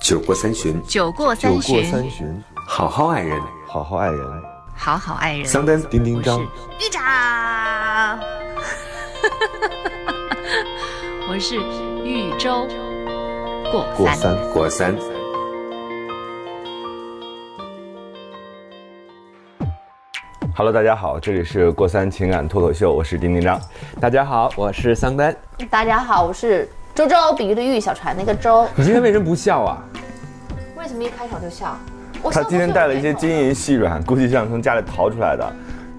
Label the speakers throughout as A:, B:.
A: 酒过三巡，
B: 酒过
C: 酒
B: 三
C: 过
B: 巡，
C: 三巡，
A: 好好爱人。
C: 好好爱人。
B: 好好爱人。
A: 桑丹，
C: 丁丁
B: 我是
C: 张，
B: 玉长， 我是豫州过
C: 过
B: 三。
C: 三。
A: 过三。
C: Hello，大家好，这里是过三情感脱口秀，我是丁丁张。大家好，我是桑丹。
D: 大家好，我是周周，比喻的喻，小船那个周。
E: 你今天为什么不笑啊？
D: 为什么一开场就笑？我
C: 他
D: 笑
C: 今天
D: 都是
C: 带了一些
D: 没口
C: 金银细软，估计像从家里逃出来的。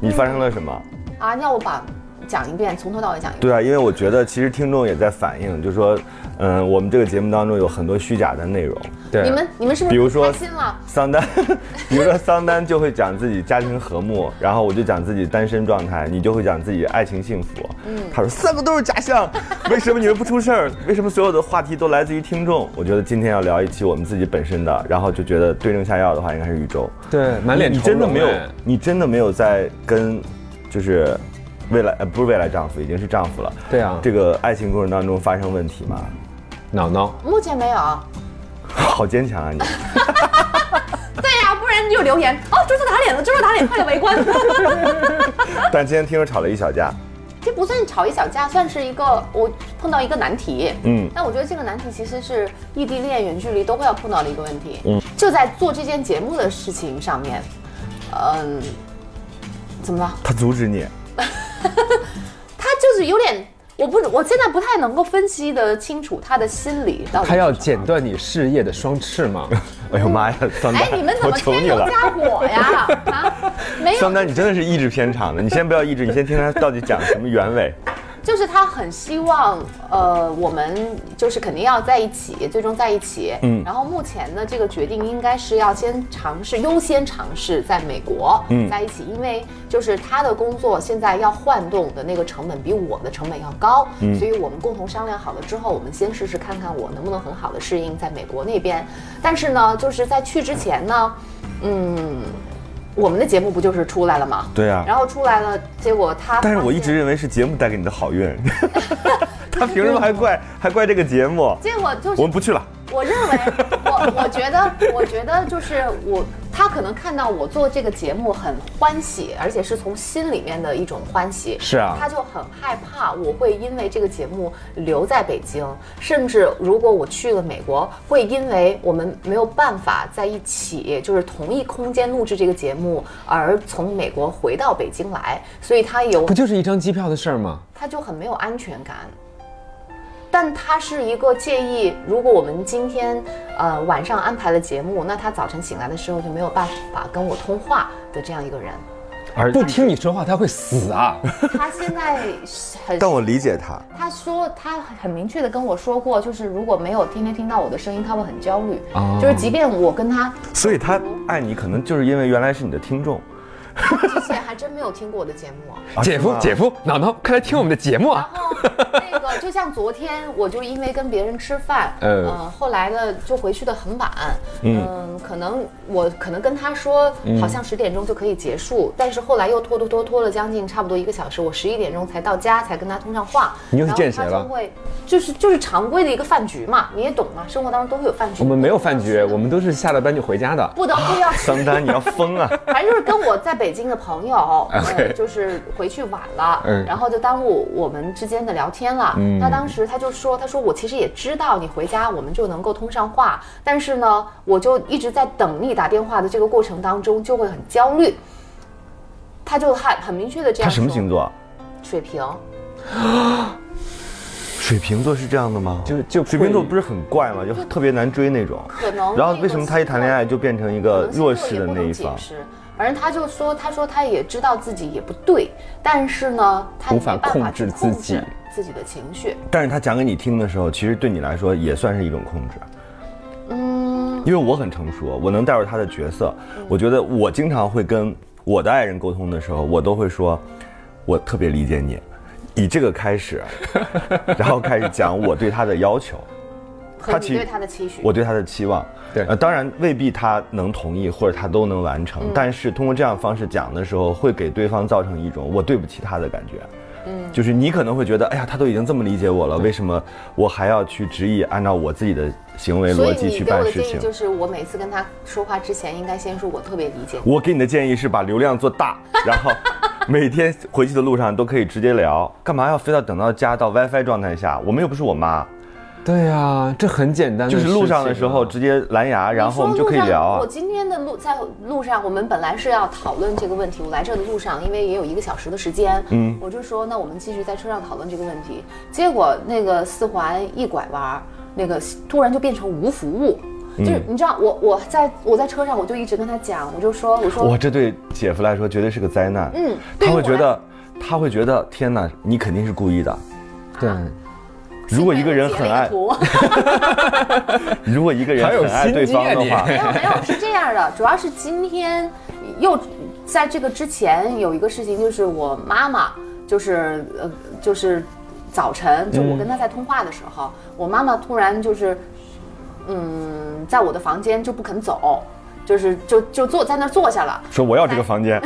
C: 你发生了什么？
D: 啊，要我把讲一遍，从头到尾讲一遍。
C: 对啊，因为我觉得其实听众也在反映，就说，嗯，我们这个节目当中有很多虚假的内容。
E: 对
D: 你们你们是不
C: 比
D: 是
C: 如
D: 不
C: 说
D: 开心了？
C: 桑丹， 比如说桑丹就会讲自己家庭和睦，然后我就讲自己单身状态，你就会讲自己爱情幸福。
D: 嗯
C: 他说三个都是假 象，为什么你们不出事儿？为什么所有的话题都来自于听众？我觉得今天要聊一期我们自己本身的，然后就觉得对症下药的话应该是宇宙。
E: 对，满脸
C: 你
E: 愁
C: 真的
E: 容
C: 没有
E: 哎，
C: 你真的没有在跟，就是未来呃不是未来丈夫，已经是丈夫了。
E: 对啊
C: 这个爱情过程当中发生问题吗？
E: 脑脑，
D: 目前没有。
C: 好坚强啊你！
D: 对呀、不然你就留言哦，周周打脸了，周周打脸，快点 围观。
C: 但今天听说吵了一小架，
D: 这不算吵一小架，算是一个我碰到一个难题。
C: 嗯，
D: 但我觉得这个难题其实是异地恋、远距离都会要碰到的一个问题。
C: 嗯
D: 嗯，就在做这件节目的事情上面，嗯，怎么了？
C: 他阻止你。
D: 他就是有点，我不，我现在不太能够分析得清楚他的心理到底。
E: 他要剪。断你事业的双翅 膀。
C: 哎呦妈呀，桑丹，
D: 哎，你们怎
C: 我
D: 么
C: 求
D: 添
C: 你
D: 油
C: 了。
D: 加火呀？啊，没有
C: 桑，丹，你真的是意志偏长的，你先不要意志，你先听他到底讲什么原 委。
D: 就是他很希望，呃，我们就是肯定要在一起，最终在一起。
C: 嗯
D: 嗯。然后目前的这个决定应该是要先尝试，优先尝试在美国，
C: 嗯
D: 在一起，因为就是他的工作现在要换动的那个成本比我的成本要高，
C: 嗯
D: 所以我们共同商量好了之后，我们先试试看看我能不能很好的适应在美国那边。但是呢，就是在去之前呢，嗯。我们的节目不就是出来了吗？
C: 对啊
D: 然后出来了，结果他
C: 但是我
D: 发
C: 一
D: 现
C: 直认为是节目带给你的好 运，他凭什么还怪还怪这个节目？
D: 结果就是
C: 我们不去了。
D: 我认为，我我觉得，我觉得就是我，他可能看到我做这个节目很欢喜，而且是从心里面的一种欢喜。
E: 是啊
D: 他就很害怕我会因为这个节目留在北京，甚至如果我去了美国，会因为我们没有办法在一起，就是同一空间录制这个节目，而从美国回到北京来，所以他有
E: 不就是一张机票的事儿吗？
D: 他就很没有安全感。但他是一个介意，如果我们今天呃晚上安排了节目，那他早晨醒来的时候就没有办法跟我通话的这样一个人。
E: 而不听你说话，他会死啊！
D: 他现在是很，
C: 但我理解他，
D: 他说他很明确的跟我说过，就是如果没有天天听到我的声音，他会很焦虑。
E: 哦
D: 就是即便我跟他
C: 所以他爱你可能就是因为原来是你的听众。
D: 之前还真没有听过我的节目啊、
C: 啊
E: 姐
C: 是
E: 夫
C: 吗，
E: 姐夫，脑脑，快来听我们的节目啊！
D: 然后那个就像昨天，我就因为跟别人吃饭，
E: 嗯
D: 嗯、后来呢就回去的很晚，嗯、可能我可能跟他说
E: 嗯
D: 好像十点钟就可以结束，但是后来又拖拖拖拖了将近差不多一个小时，我十一点钟才到家，才跟他通上话。
E: 你又去
D: 然后
E: 见谁了
D: 他就会就是就是常规的一个饭局嘛，你也懂嘛，生活当中都会有饭局。
E: 我们没有饭局，我们都是下了班就回家的。
D: 不得不要吃
C: 桑丹，你要疯 啊！
D: 反正就是跟我在北京的朋友，
E: OK
D: 呃，就是回去晚了，
E: 嗯
D: 然后就耽误我们之间的聊天了。那当时他就说，他说我其实也知道你回家我们就能够通上话，但是呢，我就一直在等你打电话的这个过程当中就会很焦虑。他就很很明确的这
C: 他
D: 样
C: 什么星
D: 座？
C: 座？啊
D: 水瓶。
C: 水瓶座是这样的吗？
E: 就就
C: 水瓶座
E: 会
C: 不是很怪吗？就特别难追那种。
D: 可能
C: 然后
D: 那
C: 为
D: 个
C: 什么他一谈恋爱就变成一个
D: 可能
C: 呃弱
D: 星座
C: 势
D: 也
C: 的
D: 不
C: 那
D: 能
C: 一
D: 解
C: 方？
D: 释反正他就说，他说他也知道自己也不对，但是呢，他也
E: 无法
D: 没办
E: 控
D: 去
E: 制自
D: 控
E: 己
D: 制自己的情绪。
C: 但是他讲给你听的时候，其实对你来说也算是一种控制。嗯，因为我很成熟，我能带入他的角色。我觉得我经常会跟我的爱人沟通的时候，我都会说，我特别理解你，以这个开始，然后开始讲我对他的要求。
D: 和你对他的期许。
C: 我对他的期望。
E: 对
C: 呃，当然未必他能同意或者他都能完
D: 嗯
C: 成，但是通过这样的方式讲的时候，会给对方造成一种我对不起他的感觉。嗯，就是你可能会觉得，哎呀，他都已经这么理解我了，为什么我还要去执意按照我自己的行为
D: 所
C: 逻
D: 以
C: 辑
D: 你
C: 去
D: 给我
C: 办
D: 的
C: 事
D: 建议
C: 情。
D: 就是，我每次跟他说话之前，应该先说我特别理解你。
C: 我给你的建议是把流量做大，然后每天回去的路上都可以直接聊，干嘛要非要等到家到 WiFi 状态下？我们又不是我妈，
E: 对呀、这很简单的
C: 就是路上的
E: 事
C: 时
E: 情啊
C: 候直接蓝牙，然后我们就可以
D: 你说路
C: 聊
D: 上
C: 啊
D: 我。今天的路在路上，我们本来是要讨论这个问题。我来这的路上，因为也有一个小时的时间，嗯，我就说那我们继续在车上讨论这个问题。结果那个四环一拐弯儿，那个突然就变成无服务。
C: 嗯
D: 就是你知道，我我在我在车上，我就一直跟他讲，我就说我说
C: 哇，这对姐夫来说绝对是个灾难。
D: 嗯对
C: 他
D: 于我
C: 会觉
D: 来
C: 得，他会觉得，天哪，你肯定是故意的。
E: 对，
C: 如果一个人很 爱，
D: 我截了一个图
C: 如果一个人
E: 还有
C: 很爱
E: 心
C: 对
E: 机啊
C: 方的
E: 你
C: 话，
D: 没有没有，是这样的，主 要是今天又在这个之前有一个事情，就是我妈妈，就是呃，就是早晨，就我跟她在通话的时候，我妈妈突然就是，嗯，在我的房间就不肯走，就是就就坐在那儿坐下了，
C: 说我要这个房间，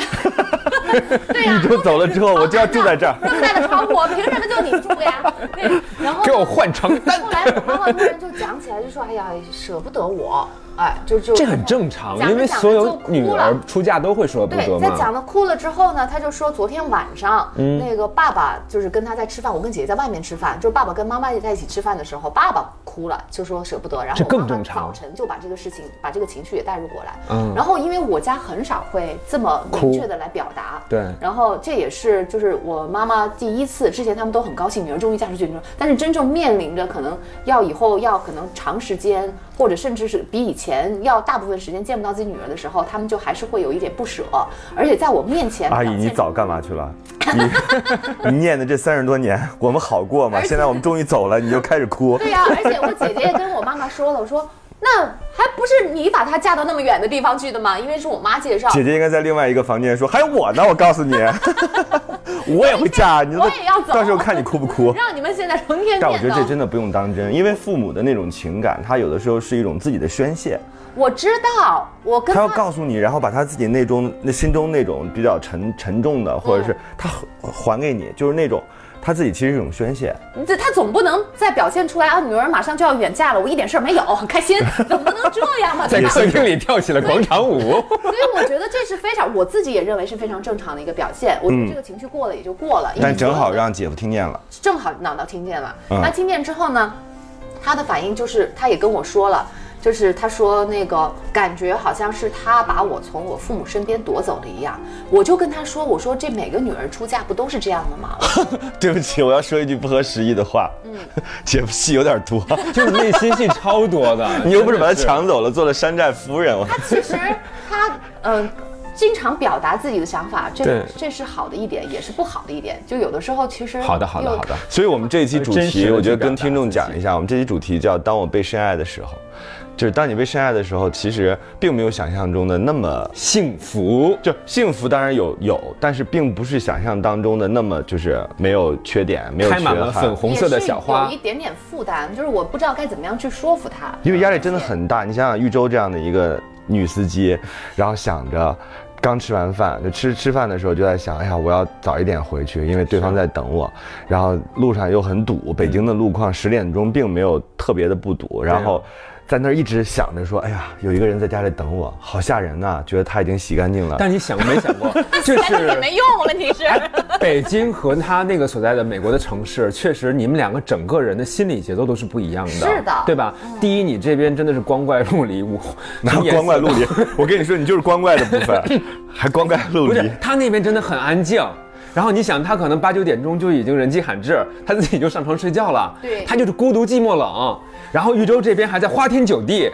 D: 对啊呀、
C: 你就走了之后，我就要住在这 儿。
D: 就在那窗户，凭什么就你住呀？对，然后
E: 给我换 床单，
D: 后来我妈妈突然就讲起来，就说：“哎呀，舍不得我。”哎，就就
E: 这很正常，
D: 讲着
E: 因为
D: 讲着
E: 所
D: 就
E: 有
D: 哭
E: 女
D: 了
E: 儿出嫁都会说不
D: 对，
E: 得
D: 在讲
E: 嘛。
D: 了
E: 嗯
D: 哭了之后呢，他就说昨天晚上，那个爸爸就是跟他在吃饭，我跟姐姐在外面吃饭，就是爸爸跟妈妈也在一起吃饭的时候，爸爸哭了，就说舍不得，然后
E: 这更
D: 我妈妈
E: 正常
D: 早晨就把这个事情，把这个情绪也带入过来。
E: 嗯
D: 然后因为我家很少会这么
E: 哭
D: 明确的来表达，
E: 对
D: 然后这也是就是我妈妈第一次，之前他们都很高兴女儿终于嫁出去，女儿但是真正面临着可能要以后要可能长时间，或者甚至是比以前要大部分时间见不到自己女儿的时候，他们就还是会有一点不舍，而且在我面前
C: 阿姨，
D: 表现
C: 你早干嘛去了？你 你念的这三十多年，我们好过吗？
D: 而且
C: 现在我们终于走了，你就开始哭。
D: 对呀、而且我姐姐也跟我妈妈说了，我说那还不是你把她嫁到那么远的地方去的吗？因为是我妈介绍，
C: 姐姐应该在另外一个房间说，还有我呢，我告诉你， 我也会嫁，你
D: 我也要走
C: 到时候看你哭不哭。
D: 让你们现在成天念叨。
C: 但我觉得这真的不用当真，因为父母的那种情感，他有的时候是一种自己的宣泄，
D: 我知道，我跟
C: 他要
D: 她
C: 告诉你，然后把他自己内中、那心中那种比较沉沉重的，或者是他还给你，就是那种他自己其实是一种宣泄。
D: 这他总不能再表现出来啊，女儿马上就要远嫁了，我一点事儿没有，很开心，总不能这样 吧？
E: 在
D: 对吧？
E: 客厅里跳起了广场舞，
D: 所以我觉得这是非常，我自己也认为是非常正常的一个表现。我觉得这个情绪过了也就过了，因
C: 嗯
D: 为
C: 但正好
D: 所有的
C: 让姐夫听见了，
D: 正好脑到听见了。
C: 嗯
D: 那听见之后呢，他的反应就是，他也跟我说了。就是他说那个感觉好像是他把我从我父母身边夺走了一样，我就跟他说，我说这每个女儿出嫁不都是这样的吗？
C: 对不起，我要说一句不合时宜的话， 姐夫戏有点多，
E: 就是内心戏超多的。
C: 你又不是把他
E: 真的
C: 抢走了，做了山寨夫人，我
D: 其实他嗯、呃经常表达自己的想法，这
E: 对
D: 这是好的一点，也是不好的一点。就有的时候其实
E: 好的，好的，
D: 又
E: 好的。。
C: 所以我们这一期主
E: 真实
C: 题，
E: 地
C: 我觉得
E: 去表
C: 跟
E: 达
C: 听众
E: 自己
C: 讲一下，我们这期主题叫“当我被深爱的时候”，就是当你被深爱的时候，其实并没有想象中的那么。
E: 幸福，
C: 就幸福当然有有，但是并不是想象当中的那么就是没有缺点，没有缺
E: 开满了粉
C: 憾，
E: 红色的小
D: 也
E: 花
D: 是有一，点点负担，就是我不知道该怎么样去说服他。
C: 因为压力真的很大。你想想玉州这样的一个女司机，然后想着刚吃完饭，就吃吃饭的时候就在想，哎呀，我要早一点回去，因为对方在等我。然后路上又很堵，北京的路况十点钟并没有特别的不堵，
E: 啊
C: 然后。在那儿一直想着说，哎呀，有一个人在家里等我，好吓人呐、觉得他已经洗干净了，
E: 但你想没想 过，就
D: 但是也
E: 是
D: 没用，问题是，
E: 北京和他那个所在的美国的城市，确实你们两个整个人的心理节奏都是不一样的，
D: 是的嗯
E: 对吧？第一，你这边真的是光怪陆 离，我
C: 然后光怪陆离。我跟你说，你就是光怪的部 分，还光怪陆
E: 不
C: 离
E: 是。他那边真的很安静。然后你想，他可能八九点钟就已经人迹罕至，他自己就上床睡觉了。
D: 对
E: 他就是孤独寂寞冷。然后豫州这边还在花天酒地，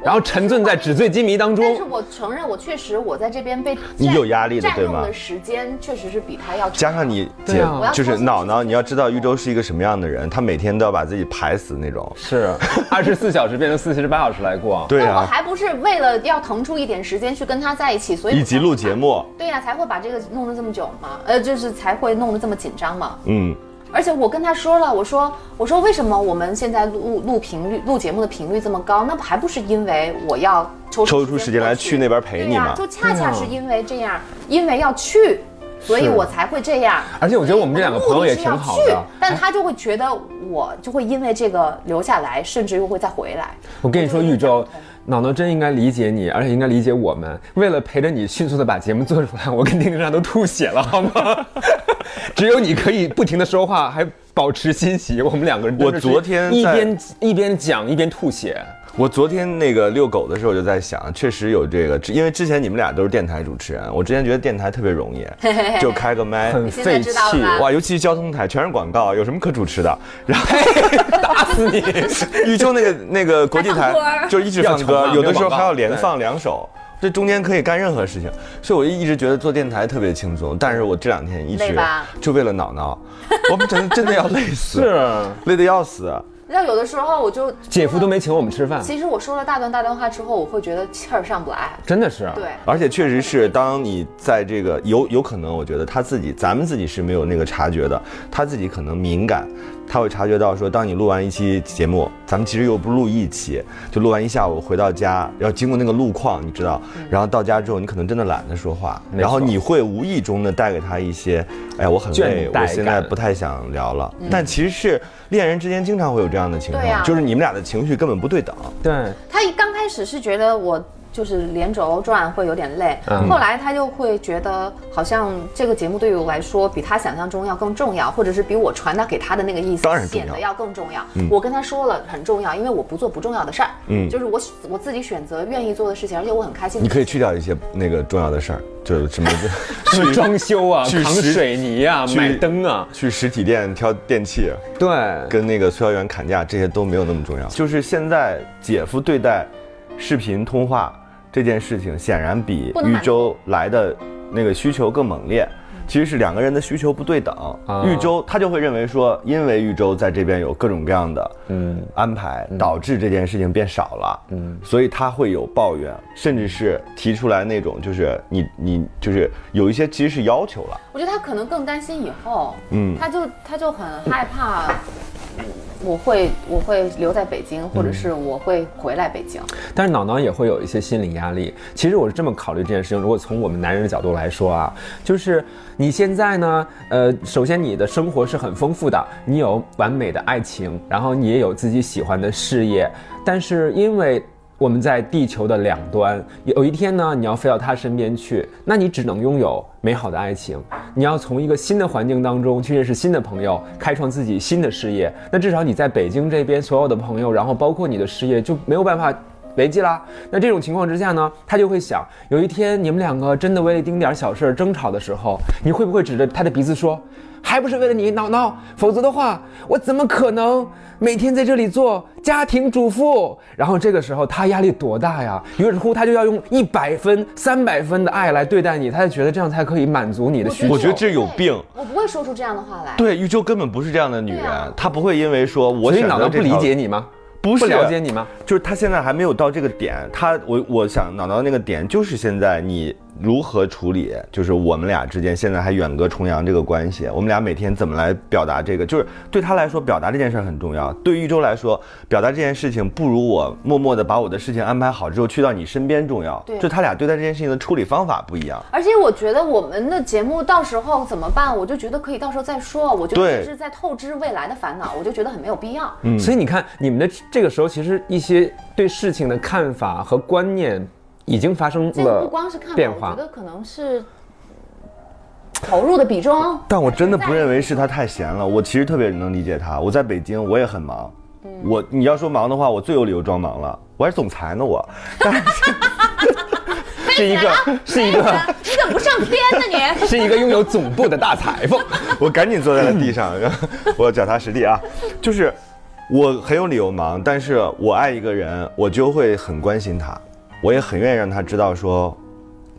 E: 然后沉醉在纸醉金迷当
D: 但是
E: 中。
D: 我承认，我确实我在这边被
C: 你有压力的
D: 占
C: 对
D: 用
C: 吗
D: 的时间确实是比他要长
C: 加上你
E: 对
C: 姐
E: 啊我
D: 要
C: 就是
D: 做
C: 脑
D: 这
C: 脑，
D: 个
C: 你要知道玉州是一个什么样的人，他每天都要把自己排死那种。
E: 是，二十四小时变成四十八小时来过。
C: 对
D: 那哎我
C: 啊，
D: 还不是为了要腾出一点时间去跟他在一起，所以
C: 一集录节
D: 目。
C: 目，
D: 对呀、才会把这个弄得这么久嘛，呃，就是才会弄得这么紧张嘛。
C: 嗯，
D: 而且我跟他说了，我说我说为什么我们现在录录频率录节目的频率这么高？那不还不是因为我要抽
C: 抽出时间来
D: 过
C: 去那边陪
D: 对
C: 你
D: 呀、
C: 嘛
D: 就。恰
E: 对
D: 恰
E: 啊
D: 是因为这样，因为要去，所以我才会这样。
E: 而且我觉得我们这两个朋友也挺好
D: 我的目的是
E: 的
D: 要去。但他就会觉得我就会因为这个留下来，甚至又会再回来。
E: 我跟你说，玉州，脑脑真应该理解你，而且应该理解我们。为了陪着你迅速的把节目做出来，我跟丁丁上都吐血了，好吗？ 只有你可以不停的说话，还保持欣喜。我们两个人真的是
C: 我昨天
E: 一
C: 在
E: 边一边讲一边吐血，
C: 我昨天那个遛狗的时候，我就在想，确实有这个，因为之前你们俩都是电台主持人，我之前觉得电台特别容 易，就开个麦，
E: 很
D: 现在
E: 费
D: 知道
E: 气
D: 了。吧
C: 哇，尤其是交通台全是广告，有什么可主持 的？然后
E: 打死你！
C: 豫州那个那个国际台就一直放
E: 要
C: 歌
E: 唱，嘛
C: 有的时候
E: 没有广告
C: 还要连放两首。这中间可以干任何事情，所以我一直觉得做电台特别轻松。但是我这两天一
D: 累
C: 直
D: 吧
C: 就为了脑脑，我们真的真的要累死，
E: 是，
C: 累得要死。啊
D: 你知道，有的时候我就
E: 姐夫都没请我们吃饭，
D: 其实我说了大段大段话之后，我会觉得气儿上不来。
E: 真的是。啊
D: 对，
C: 而且确实是，当你在这个有有可能，我觉得他自己，咱们自己是没有那个察觉的，他自己可能敏感，他会察觉到说，当你录完一期节目，咱们其实又不录一期，就录完一下午回到家，要经过那个路况，你知道，然后到家之后，你可能真的懒得说话，
E: 嗯没
C: 然
E: 错
C: 后你会无意中的带给他一些，哎，我很累
E: 倦，怠感嗯
C: 我现在不太想聊了。但其实是恋人之间经常会有这样的情况，
D: 对呀
C: 就是你们俩的情绪根本不对等。
E: 对，
D: 他一刚开始是觉得我就是连轴转会有点累，
E: 嗯
D: 后来他就会觉得好像这个节目对于我来说比他想象中要更重要，或者是比我传达给他的那个意思
C: 当然重要
D: 显得要更重要。我跟他说了很重要，因为我不做不重要的事儿，
C: 嗯
D: 就是我我自己选择愿意做的事情，而且我很开心。
C: 你可以去掉一些那个重要的事儿，就是 什么
E: 去装修啊，
C: 去
E: 扛
C: 实
E: 水泥啊，
C: 去
E: 买灯啊，
C: 去实体店挑电器，
E: 对，
C: 跟那个促销员砍价，这些都没有那么重要。就是现在姐夫对待视频通话这件事情，显然比
D: 不能
C: 豫
D: 满足
C: 州来的那个需求更猛烈。其实是两个人的需求不对等
E: 啊，
C: 豫州他就会认为说，因为豫州在这边有各种各样的
E: 嗯，
C: 安排，导致这件事情变少了，嗯，所以他会有抱怨，甚至是提出来那种就是你你就是有一些其实是要求了，
D: 我觉得他可能更担心以后，
C: 嗯
D: 他就他就很害怕。我会我会留在北京，或者是我会回来北京。
E: 但是脑脑也会有一些心理压力。其实我是这么考虑这件事情，如果从我们男人的角度来说啊，就是你现在呢，呃，首先你的生活是很丰富的，你有完美的爱情，然后你也有自己喜欢的事业，但是因为我们在地球的两端，有一天呢，你要飞到他身边去，那你只能拥有美好的爱情。你要从一个新的环境当中去认识新的朋友，开创自己新的事业。那至少你在北京这边所有的朋友，然后包括你的事业，就没有办法违纪啦。那这种情况之下呢，他就会想，有一天你们两个真的为了一丁点儿小事儿争吵的时候，你会不会指着他的鼻子说，还不是为了你闹闹？否则的话，我怎么可能每天在这里做家庭主妇？然后这个时候他压力多大呀？于是乎，他就要用一百分、三百分的爱来对待你，他就觉得这样才可以满足你的需求。
C: 嗯我觉得这有病。
D: 我不会说出这样的话来。
C: 对，玉州根本不是这样的女人，
D: 对啊
C: 她不会因为说我
E: 所以
C: 选
E: 脑
C: 择
E: 脑不
C: 这
E: 理
C: 条
E: 解，你吗？
C: 不是啊
E: 不了解你吗？
C: 就是她现在还没有到这个点。她，我我想脑脑那个点就是现在你如何处理，就是我们俩之间现在还远隔重洋这个关系，我们俩每天怎么来表达这个，就是对她来说表达这件事很重要，对玉州来说表达这件事情不如我默默的把我的事情安排好之后去到你身边重要
D: 对。
C: 就他俩对待这件事情的处理方法不一样。
D: 而且我觉得我们的节目到时候怎么办，我就觉得可以到时候再说。我就
C: 对嗯
D: 一直在透支未来的烦恼，我就觉得很没有必要。
E: 所以你看，你们的这个时候其实一些对事情的看法和观念已经发生
D: 这个不
E: 了
D: 光是看
E: 变
D: 法，我
E: 化
D: 觉。得可能是投入的 比重。
C: 但我真的不认为是他太闲了，我其实特别能理解他。我在北京，我也很忙。我你要说忙的话，我最有理由装忙了，我还是总裁呢我。但是
E: 是一个是一个
D: 你怎么不上天 呢你？
E: 是一个拥有总部的大裁缝。
C: 我赶紧坐在了地上，然后我脚踏实地啊，就是我很有理由忙，但是我爱一个人，我就会很关心他，我也很愿意让他知道说，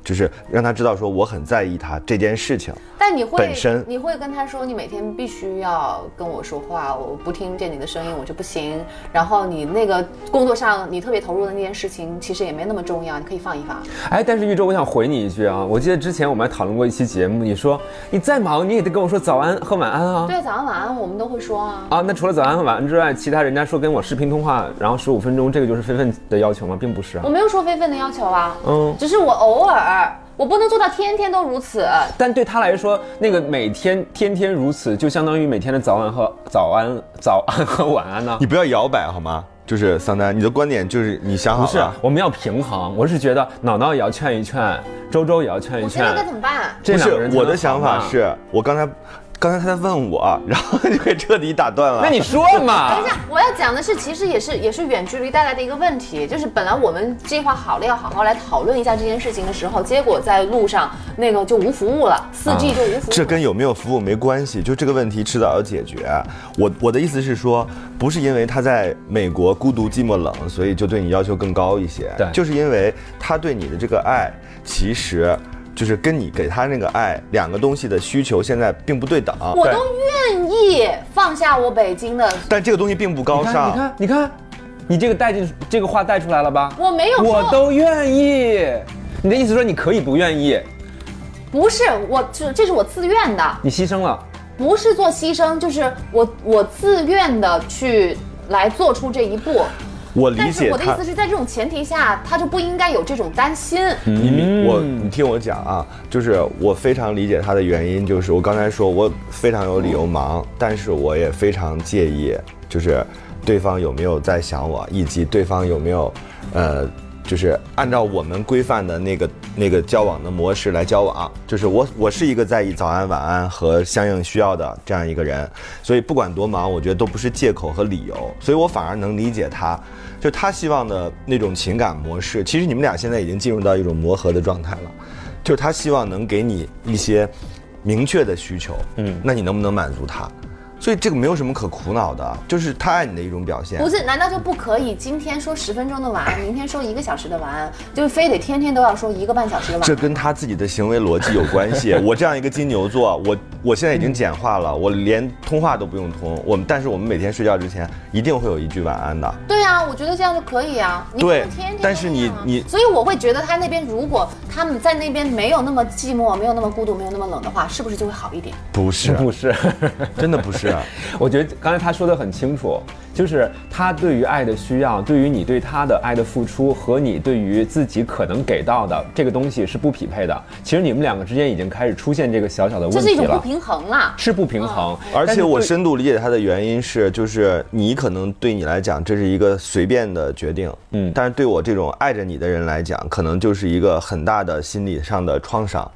C: 就是让他知道说我很在意他这件事情。
D: 但你会
C: 本身
D: 你会跟他说，你每天必须要跟我说话，我不听见你的声音我就不行。然后你那个工作上你特别投入的那件事情，其实也没那么重要，你可以放一放。
C: 嗯
E: 哎，但是玉州，我想回你一句啊，我记得之前我们还讨论过一期节目，你说你再忙你也得跟我说早安和晚安啊。
D: 对，早安晚安我们都会说啊。
E: 啊，那除了早安和晚安之外，其他人家说跟我视频通话，然后十五分钟，这个就是非分的要求吗？并不是啊
D: 我。没有说非分的要求啊，
E: 嗯
D: 只是我偶尔儿，我不能做到天天都如此。
E: 但对他来说，那个每天天天如此，就相当于每天的早晚和早安、早安和晚安呢、
C: 你不要摇摆好吗？就是桑丹，你的观点就是你想好
E: 不
C: 了，
E: 是，啊我们要平衡。我是觉得脑脑也要劝一劝，周周也要劝一
D: 我现
E: 劝
D: 在。该怎么办、啊？
E: 这
C: 不
E: 两个
C: 是
E: 人才能
C: 我的想法
E: 好啊嘛，
C: 是，我刚才刚才他在问我，然后 就被彻底打断了。
E: 那你说嘛？
D: 等一下，我要讲的是，其实也是也是远距离带来的一个问题，就是本来我们计划好了要好好来讨论一下这件事情的时候，结果在路上那个就无服务
E: 啊
D: 了，四 G 就无服务 了。
C: 这跟有没有服务没关系，就这个问题迟早要解决。我我的意思是说，不是因为他在美国孤独寂寞冷，所以就对你要求更高一些，
E: 对
C: 就是因为他对你的这个爱，其实就是跟你给他那个爱两个东西的需求现在并不对等，
D: 我都愿意放下我北京的，
C: 但这个东西并不高
E: 你看，你
C: 尚。
E: 看，你看，你这个带进这个话带出来了吧？
D: 我没有说
E: 我都愿意。你的意思说你可以不愿意，
D: 不是我，这这是我自愿的，
E: 你牺牲了。
D: 不是做牺牲，就是我我自愿的去来做出这一步。
C: 我理
D: 但是
C: 解
D: 我的意
C: 他
D: 思，是在这种前提下，他就不应该有这种担心。
C: 你明我你听我讲啊，就是我非常理解他的原因，就是我刚才说我非常有理由忙，但是我也非常介意，就是对方有没有在想我，以及对方有没有，呃，就是按照我们规范的那个那个交往的模式来交往。就是我我是一个在意早安晚安和相应需要的这样一个人，所以不管多忙，我觉得都不是借口和理由，所以我反而能理解他。就他希望的那种情感模式，其实你们俩现在已经进入到一种磨合的状态了，就是他希望能给你一些明确的需求，嗯，那你能不能满足他？所以这个没有什么可苦恼的，就是他爱你的一种表现
D: 不。是，难道就不可以今天说十分钟的晚安，明天说一个小时的晚安，就是非得天天都要说一个半小时的 晚
C: 这
D: 安？
C: 跟他自己的行为逻辑有关 系。我这样一个金牛座，我我现在已经简化了，我连通话都不用通。我们但是我们每天睡觉之前一定会有一句晚安的。
D: 对啊，我觉得这样就可以啊。你不
C: 对
D: 能天天都
C: 但是你
D: 这样啊
C: 你
D: 所以我会觉得他那边如果他们在那边没有那么寂寞，没有那么孤独，没有那么冷的话，是不是就会好一点？
C: 不是，啊
E: 不是，
C: 真的不是。啊
E: 我觉得刚才他说的很清楚，就是他对于爱的需要，对于你对他的爱的付出和你对于自己可能给到的这个东西是不匹配的。其实你们两个之间已经开始出现这个小小的
D: 这
E: 问
D: 是一
E: 题
D: 种不
E: 了，
D: 平衡啦。
E: 是不平衡。
C: 而
E: 嗯但
C: 且
E: 是
C: 我
E: 对
C: 深度理解他的原因是，就是你可能对你来讲这是一个随便的决定，嗯，但是对我这种爱着你的人来讲，可能就是一个很大的心理上的创伤。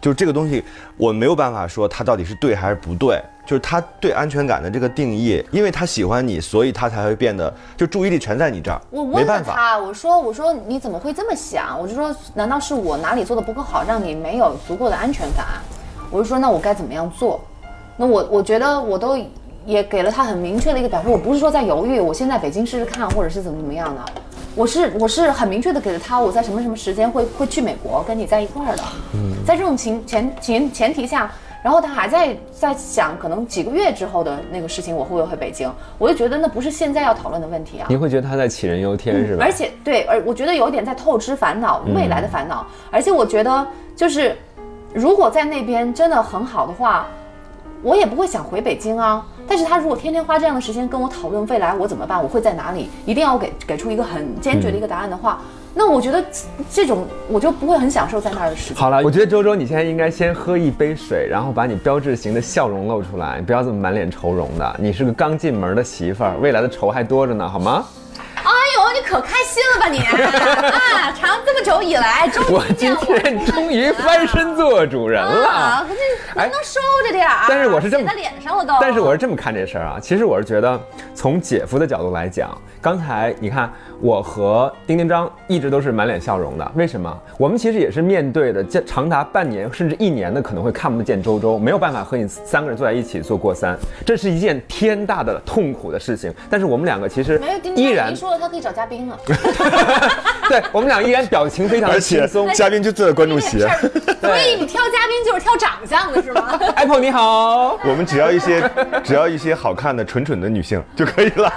C: 就是这个东西，我没有办法说他到底是对还是不对。就是他对安全感的这个定义，因为他喜欢你，所以他才会变得就注意力全在你这儿，
D: 我
C: 没
D: 问了
C: 办法。
D: 他，我说我说你怎么会这么想？我就说难道是我哪里做的不够好，让你没有足够的安全感？我就说那我该怎么样做？那我我觉得我都也给了他很明确的一个表示，我不是说在犹豫，我先在北京试试看，或者是怎么怎么样的。我是我是很明确的给了他，我在什么什么时间会会去美国跟你在一块儿的。嗯，在这种情前前前提下，然后他还在在想可能几个月之后的那个事情，我会不会回北京？我就觉得那不是现在要讨论的问题啊。
E: 你会觉得他在杞人忧天是吧嗯
D: 而？且对，而我觉得有一点在透支烦恼，未来的烦恼。而且我觉得就是，如果在那边真的很好的话，我也不会想回北京啊。但是他如果天天花这样的时间跟我讨论未来我怎么办，我会在哪里，一定要给给出一个很坚决的一个答案的话，
E: 嗯
D: 那我觉得这种我就不会很享受在那儿的时间。
E: 好了，我觉得周周，你现在应该先喝一杯水，然后把你标志型的笑容露出来，你不要这么满脸愁容的。你是个刚进门的媳妇儿，未来的愁还多着呢，好吗？
D: 哎呦，你可开心了吧你 啊！长这么久以来，终
E: 我
D: 于
E: 今
D: 见
E: 天终于翻身做主人了哎
D: 啊，。可是能不能收着点儿啊？
E: 但是我是这么
D: 写在脸上了都。
E: 但是我是这么看这事儿啊，其实我是觉得，从姐夫的角度来讲，刚才你看我和丁丁张一直都是满脸笑容的，为什么？我们其实也是面对的这长达半年甚至一年的可能会看不见周周，没有办法和你三个人坐在一起做过三，这是一件天大的痛苦的事情。但是我们两个其实
D: 没有，丁
E: 依
D: 丁
E: 然
D: 你，说了，他可以找嘉宾了。
E: 对我们俩依然表情非常的
C: 而且
E: 轻松。
C: 嘉宾就坐在观众席
D: 这，事 儿所以你挑嘉宾就是挑长相的是吗？
E: Apple 你好，
C: 我们只要一些只要一些好看的蠢蠢的女性就可以了。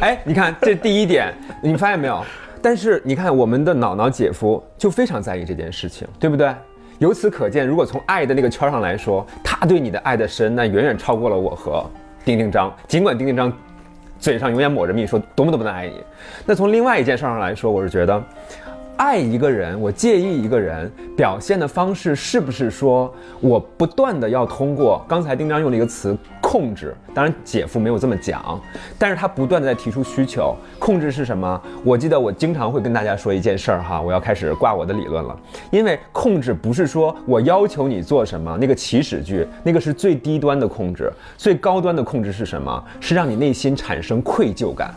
E: 哎，你看这第一点，你发现没有？但是你看我们的脑脑姐夫就非常在意这件事情，对不对？由此可见，如果从爱的那个圈上来说，他对你的爱的深，那远远超过了我和丁丁张。尽管丁丁张嘴上永远抹着蜜说多么多么的爱你，那从另外一件事上来说，我是觉得，爱一个人，我介意一个人，表现的方式是不是说我不断的要通过刚才丁张用了一个词控制，当然姐夫没有这么讲，但是他不断的在提出需求，控制是什么？我记得我经常会跟大家说一件事儿哈，我要开始挂我的理论了，因为控制不是说我要求你做什么，那个起始句，那个是最低端的控制，最高端的控制是什么？是让你内心产生愧疚感。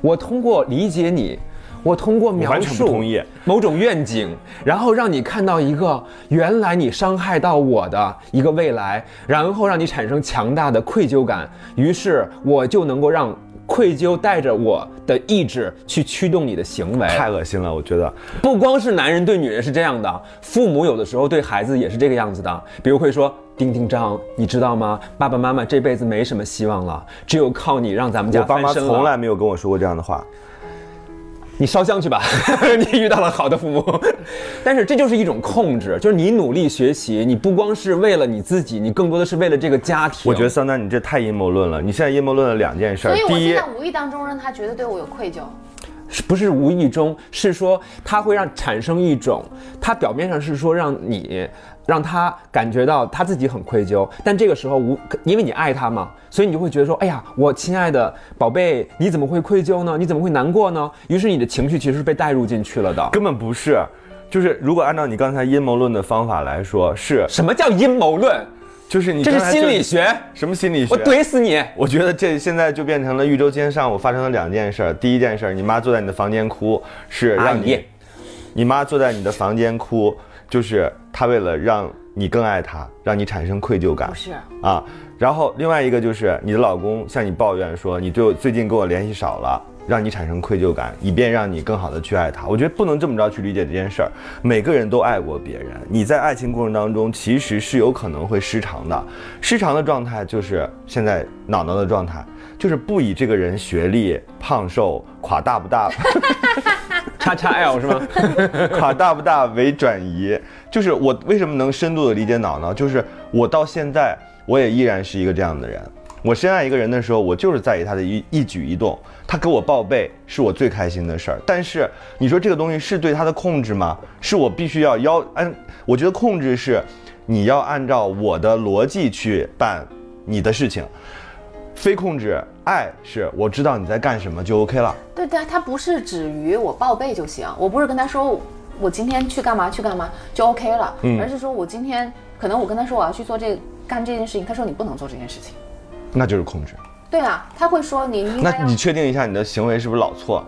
E: 我通过理解你，我通过描
C: 完全不
E: 述
C: 同意
E: 某种愿景，然后让你看到一个原来你伤害到我的一个未来，然后让你产生强大的愧疚感，于是我就能够让愧疚带着我的意志去驱动你的行为。
C: 太恶心了，我觉得。
E: 不光是男人对女人是这样的，父母有的时候对孩子也是这个样子的。比如会说：“丁丁张，你知道吗？爸爸妈妈这辈子没什么希望了，只有靠你让咱们家
C: 我爸妈
E: 翻身了
C: 从来没有跟我说过这样的话。
E: 你烧香去吧， 你遇到了好的父母。但是这就是一种控制，就是你努力学习，你不光是为了你自己，你更多的是为了这个家庭。
C: 我觉得桑丹，你这太阴谋论了。你现在阴谋论了两件事儿
D: 所以，我
C: 第
D: 现
C: 一
D: 在，无意当中让他觉得对我有愧疚。
E: 啊是不是无意中，是说它会让产生一种，它表面上是说让你让他感觉到他自己很愧疚，但这个时候无，因为你爱他嘛，所以你就会觉得说，哎呀，我亲爱的宝贝，你怎么会愧疚呢？你怎么会难过呢？于是你的情绪其实是被带入进去了的。
C: 根本不是，就是如果按照你刚才阴谋论的方法来说，是
E: 什么叫阴谋论？
C: 就是你
E: 这是
C: 刚才就
E: 心理学，
C: 什么心理学？
E: 我怼死你！
C: 我觉得这现在就变成了豫州今天上午发生了两件事儿。第一件事儿，你妈坐在你的房间哭，是
E: 阿
C: 让你
E: 姨，
C: 你妈坐在你的房间哭，就是她为了让你更爱她，让你产生愧疚感
D: 不是，
C: 啊。然后另外一个就是你的老公向你抱怨说你对我最近跟我联系少了，让你产生愧疚感，以便让你更好的去爱他。我觉得不能这么着去理解这件事儿。每个人都爱过别人，你在爱情过程当中其实是有可能会失常的，失常的状态就是现在脑脑的状态，就是不以这个人学历、胖瘦、垮大不大。
E: 叉叉 L 是 吗？
C: 卡大不大为转移，就是我为什么能深度的理解脑呢？就是我到现在我也依然是一个这样的人。我深爱一个人的时候，我就是在意他的一一举一动，他给我报备是我最开心的事儿。但是你说这个东西是对他的控制吗？是我必须要要按，我觉得控制是你要按照我的逻辑去办你的事情，非控制爱是我知道你在干什么就 OK 了。
D: 对对，他不是止于我报备就行，我不是跟他说我今天去干嘛去干嘛就 OK 了，
E: 嗯
D: 而是说我今天可能我跟他说我要去做这干这件事情，他说你不能做这件事情。
C: 那就是控制。
D: 对啊，他会说你应
C: 那
D: 该要
C: 你确定一下你的行为是不是老错？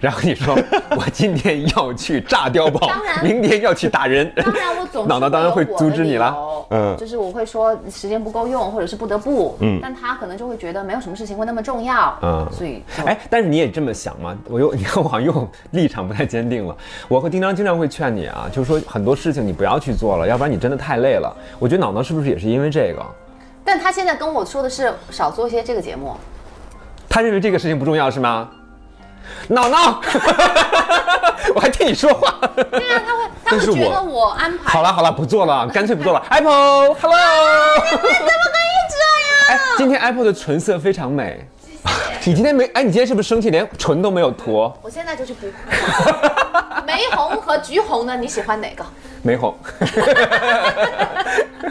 E: 然后你说我今天要去炸碉堡
D: 当，然
E: 明天要去打人。
D: 当然，我总是
E: 脑脑当然会阻止你啦
D: 了。
C: 嗯
D: 就是我会说时间不够用，或者是不得不。
C: 嗯
D: 但他可能就会觉得没有什么事情会那么重要。
E: 嗯
D: 所以就
E: 哎，但是你也这么想吗？我又你看我好像又立场不太坚定了。我和丁张经常会劝你啊，就是说很多事情你不要去做了，要不然你真的太累了。我觉得脑脑是不是也是因为这个？
D: 但他现在跟我说的是少做一些这个节目。
E: 他认为这个事情不重要是吗？脑脑， 我还替你说话。
D: 对啊，他会，他
C: 但是
D: 会觉
C: 我
D: 得我安排
E: 好了好了，不做 了，干脆不做了。Apple，Hello，怎么可以这样？哎，今天 Apple 的唇色非常美。你今天没哎？你今天是不是生气，连唇都没有涂？哦
D: 我现在就去 补。玫红和橘红呢？你喜欢哪个？
E: 没红。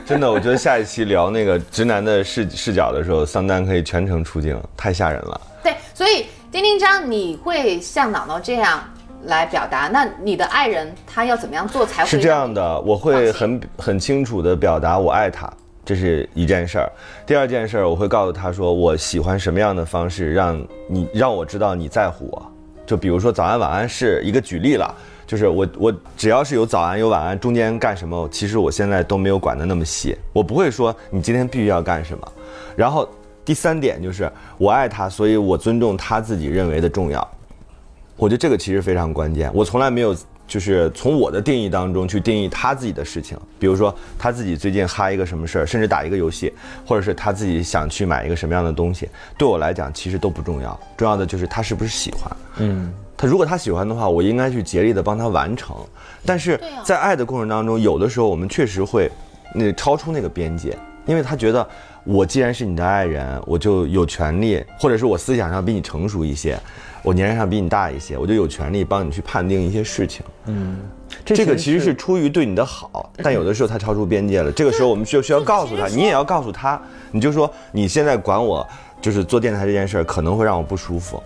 C: 真的，我觉得下一期聊那个直男的视视角的时候，桑丹可以全程出镜，太吓人了。
D: 对，所以丁丁张，你会像脑脑这样来表达？那你的爱人他要怎么样做才会
C: 是这
D: 让
C: 样的，我会很很清楚的表达我爱他，这是一件事儿。第二件事儿，我会告诉他说我喜欢什么样的方式让你让我知道你在乎我。就比如说早安晚安是一个举例了，就是我我只要是有早安有晚安，中间干什么，其实我现在都没有管得那么细，我不会说你今天必须要干什么。然后第三点就是我爱他，所以我尊重他自己认为的重要。我觉得这个其实非常关键。我从来没有就是从我的定义当中去定义他自己的事情，比如说他自己最近嗨一个什么事儿，甚至打一个游戏，或者是他自己想去买一个什么样的东西，对我来讲其实都不重要。重要的就是他是不是喜欢。嗯，他如果他喜欢的话，我应该去竭力的帮他完成。但是
D: 对啊
C: 在爱的过程当中，有的时候我们确实会那超出那个边界，因为他觉得我既然是你的爱人，我就有权利，或者是我思想上比你成熟一些，我年龄上比你大一些，我就有权利帮你去判定一些事情。嗯，
E: 这
C: 这个其实是嗯出于对你的好，但有的时候他超出边界了，这个时候我们就需要告诉他，你也要告诉他，你就说你现在管我就是做电台这件事儿可能会让我不舒服，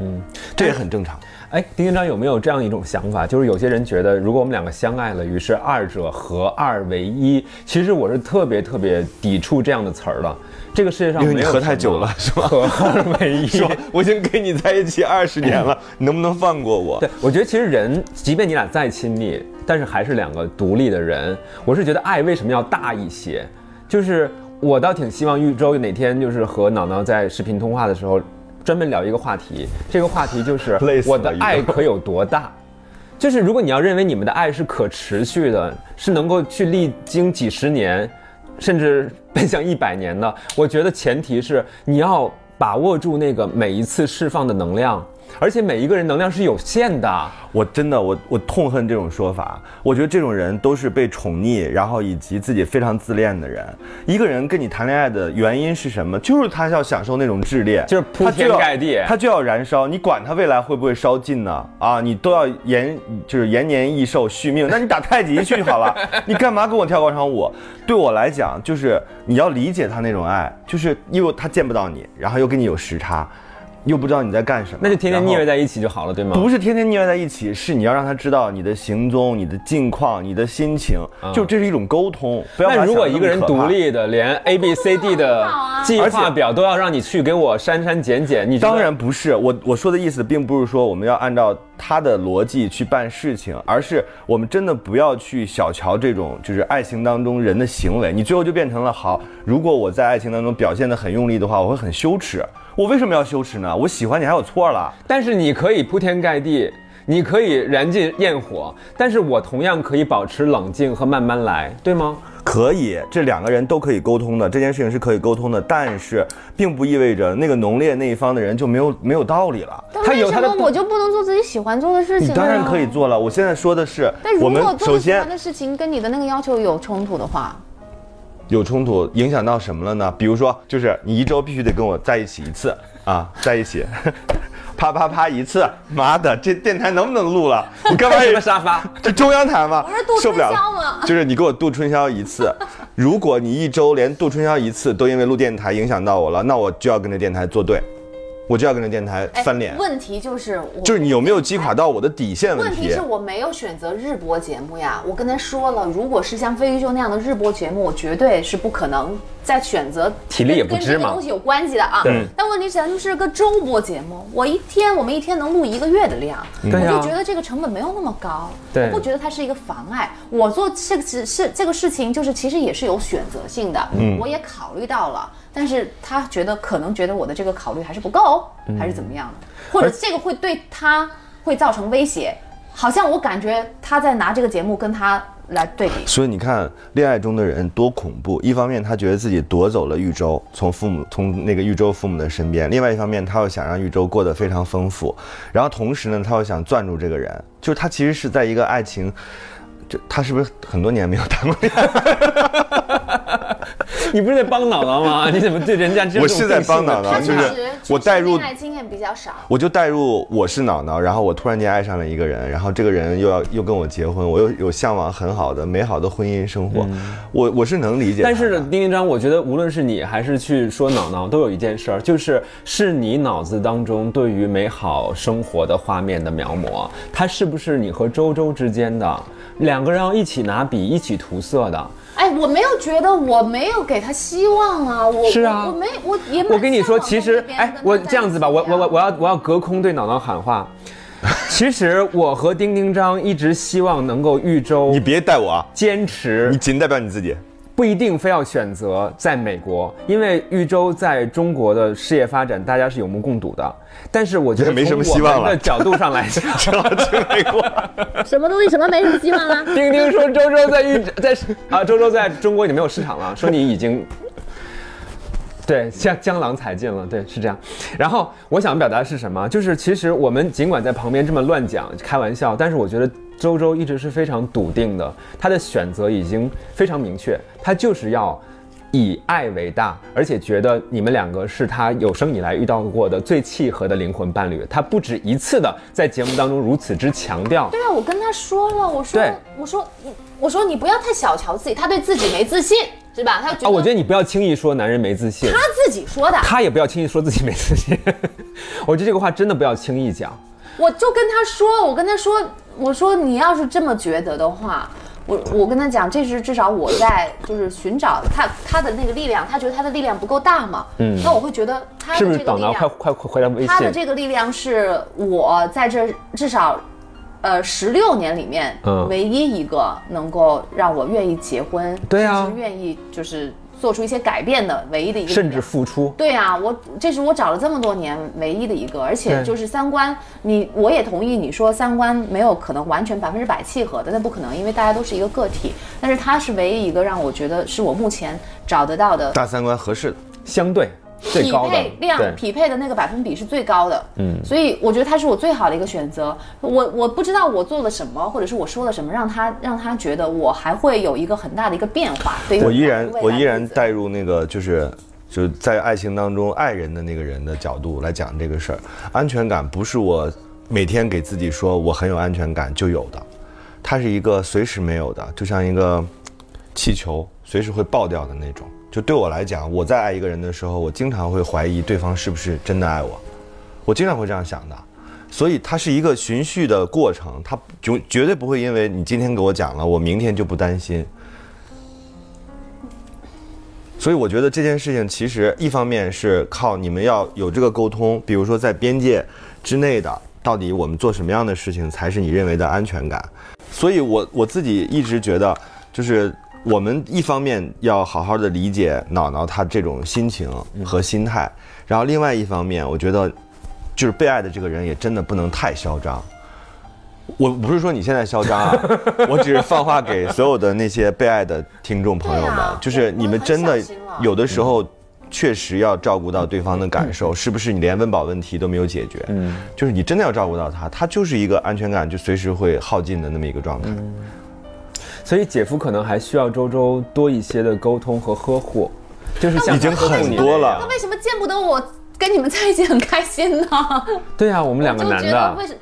C: 嗯，这也很正常。
E: 哎，丁院长有没有这样一种想法？就是有些人觉得，如果我们两个相爱了，于是二者合二为一。其实我是特别特别抵触这样的词儿的。这个世界上
C: 因为你合太久了，是吧？
E: 合二为 一。
C: 说我已经跟你在一起二十年 了，你能不能放过我？
E: 对，我觉得其实人，即便你俩再亲密，但是还是两个独立的人。我是觉得爱为什么要大一些？就是我倒挺希望玉州哪天就是和脑脑在视频通话的时候。专门聊一个话题，这个话题就是我的爱可有多大？ 就是如果你要认为你们的爱是可持续的，是能够去历经几十年，甚至奔向一百年的，我觉得前提是你要把握住那个每一次释放的能量，而且每一个人能量是有限的。
C: 我真的，我我痛恨这种说法。我觉得这种人都是被宠溺，然后以及自己非常自恋的人。一个人跟你谈恋爱的原因是什么？就是他要享受那种炽烈，
E: 就是铺天盖地，
C: 他就要燃烧。你管他未来会不会烧尽呢？啊，你都要延，就是延年益寿续命。那你打太极去好了， 你干嘛跟我跳广场舞？对我来讲，就是你要理解他那种爱，就是因为他见不到你，然后又跟你有时差。又不知道你在干什么，
E: 那就天天腻歪在一起就好了，对吗？
C: 不是天天腻歪在一起，是你要让他知道你的行踪、你的近况、你的心情，嗯、就这是一种沟通。不要
E: 那如果一个人独立的，连 A、B、C、D 的计划表都要让你去给我删删减减，你
C: 当然不是我我说的意思，并不是说我们要按照他的逻辑去办事情，而是我们真的不要去小瞧这种就是爱情当中人的行为，你最后就变成了好。如果我在爱情当中表现的很用力的话，我会很羞耻。我为什么要羞耻呢？我喜欢你还有错了？
E: 但是你可以铺天盖地，你可以燃尽焰火，但是我同样可以保持冷静和慢慢来，对吗？
C: 可以，这两个人都可以沟通的，这件事情是可以沟通的，但是并不意味着那个浓烈那一方的人就没有没有道理了。
A: 他有他的，我就不能做自己喜欢做的事情？
C: 你当然可以做了。我现在说的是，
A: 但如
C: 我们
A: 果
C: 首
A: 做喜
C: 先
A: 欢的事情跟你的那个要求有冲突的话，
C: 有冲突，影响到什么了呢？比如说，就是你一周必须得跟我在一起一次啊，在一起， 啪啪啪一次，妈的，这电台能不能录了？你干嘛
E: 什么沙发？
C: 这中央台吗？
A: 不是度
C: 受不了
A: 春宵吗
C: 了，就是你给我度春宵一次。如果你一周连度春宵一次都因为录电台影响到我了，那我就要跟这电台作对，我就要跟这电台
D: 哎
C: 翻脸。
D: 问题就是我，
C: 就是你有没有击垮到我的底线问
D: 问
C: 题？
D: 题是我没有选择日播节目呀。我跟他说了，如果是像《飞鱼秀》那样的日播节目，我绝对是不可能再选择
E: 体力也不
D: 跟
E: 支
D: 这个
E: 嘛
D: 东西有关系的啊。
E: 对
D: 但问题是咱们是个周播节目，我一天我们一天能录一个月的量，
E: 对呀
D: 我就觉得这个成本没有那么高，
E: 对
D: 我不觉得它是一个妨碍。我做这个事是这个事情，就是其实也是有选择性的，
E: 嗯
D: 我也考虑到了，但是他觉得可能觉得我的这个考虑还是不够，
E: 嗯
D: 还是怎么样的，或者这个会对他会造成威胁，好像我感觉他在拿这个节目跟他来对比。
C: 所以你看，恋爱中的人多恐怖！一方面，他觉得自己夺走了豫州，从父母从那个豫州父母的身边；另外一方面，他又想让豫州过得非常丰富，然后同时呢，他又想攥住这个人，就是他其实是在一个爱情，这他是不是很多年没有谈过恋爱？
E: 你不是在帮姥姥 吗？你怎么对人家这种
C: 我是在帮姥姥
D: 他
C: 啊
E: 定性的
D: 确
C: 就是
D: 实
C: 我带入
D: 确实恋爱经验比较少，
C: 我就带入我是脑脑，然后我突然间爱上了一个人，然后这个人又要又跟我结婚，我又有向往很好的美好的婚姻生活，我我是能理解他的。
E: 嗯但是丁一章，我觉得无论是你还是去说脑脑，都有一件事儿，就是是你脑子当中对于美好生活的画面的描摹，它是不是你和周周之间的两个人要一起拿笔一起涂色的？
D: 哎，我没有觉得我没有给他希望啊，我
E: 是啊
D: 我我没我也蛮
E: 我跟你
D: 向
E: 说，
D: 往
E: 其
D: 跟
E: 实
D: 别人
E: 哎
D: 跟，
E: 我
D: 他在
E: 这样子吧，
D: 一
E: 我
D: 起
E: 我
D: 啊
E: 我我要我要隔空对脑脑喊话。 其实我和丁丁章一直希望能够豫州
C: 你别带我啊，
E: 坚持
C: 你仅代表你自己。
E: 不一定非要选择在美国，因为豫州在中国的事业发展，大家是有目共睹的。但是我觉得
C: 也没什么
E: 从我
C: 希望了
E: 们的角度上来讲，。
C: 然后去美国，
A: 什么东西什么没什么希 望啊了
E: 丁丁说周周在豫在啊，周周在中国已经没有市场了，说你已经。对，江江郎才尽了，对，是这样。然后我想表达的是什么？就是其实我们尽管在旁边这么乱讲、开玩笑，但是我觉得周周一直是非常笃定的，他的选择已经非常明确，他就是要以爱为大，而且觉得你们两个是他有生以来遇到过的最契合的灵魂伴侣。他不止一次的在节目当中如此之强调，
F: 对啊，我跟他说了，我说
E: 对
F: 我说我说你不要太小瞧自己，他对自己没自信是吧？他觉
E: 啊，我觉
F: 得
E: 得你不要轻易说男人没自信
F: 他，自己说的，
E: 他也不要轻易说自己没自信。 我觉得这个话真的不要轻易讲。
F: 我就跟他说，我跟他说，我说你要是这么觉得的话，
D: 我我跟他讲，这是至少我在就是寻找他他的那个力量，他觉得他的力量不够大嘛，嗯，那我会觉得他的
E: 是不是
D: 这个
E: 导
D: 力
E: 挠？快
D: 量，
E: 快快回答微
D: 他的
E: 信。
D: 这个力量是我在这至少，呃，十六年里面
E: 嗯
D: 唯一一个能够让我愿意结婚，
E: 对啊
D: 甚至愿意就是做出一些改变的唯一的一个力量，
E: 甚至付出，
D: 对啊，我这是我找了这么多年唯一的一个，而且
E: 对
D: 就是三观，你我也同意你说三观没有可能完全百分之百契合的，那不可能，因为大家都是一个个体。但是他是唯一一个让我觉得是我目前找得到的
C: 大三观合适的，
E: 相对最
D: 匹
E: 高的
D: 配量
E: 对
D: 匹配的那个百分比是最高的，嗯，所以我觉得他是我最好的一个选择。我我不知道我做了什么，或者是我说了什么，让他让他觉得我还会有一个很大的一个变化。对于
C: 我依然
D: 未来的
C: 我依然
D: 日子
C: 带入那个就是就是在爱情当中爱人的那个人的角度来讲这个事儿，安全感不是我每天给自己说我很有安全感就有的，它是一个随时没有的，就像一个气球随时会爆掉的那种。就对我来讲，我在爱一个人的时候，我经常会怀疑对方是不是真的爱我，我经常会这样想的。所以它是一个循序的过程，它绝绝对不会因为你今天给我讲了，我明天就不担心。所以我觉得这件事情其实一方面是靠你们要有这个沟通，比如说在边界之内的，到底我们做什么样的事情才是你认为的安全感。所以我我自己一直觉得，就是我们一方面要好好的理解脑脑他这种心情和心态，然后另外一方面，我觉得就是被爱的这个人也真的不能太嚣张。我不是说你现在嚣张啊，我只是放话给所有的那些被爱的听众朋友们，
F: 对啊
C: 就是你们真的有的时候确实要照顾到对方的感受，是不是你连温饱问题都没有解决？嗯，就是你真的要照顾到他，他就是一个安全感就随时会耗尽的那么一个状态。
E: 所以姐夫可能还需要周周多一些的沟通和呵护，就是像
C: 已经很多了
D: 那为什么见不得我跟你们在一起很开心呢？
E: 对啊，我们两个
D: 就
E: 男
D: 觉得为
E: 的，
D: 什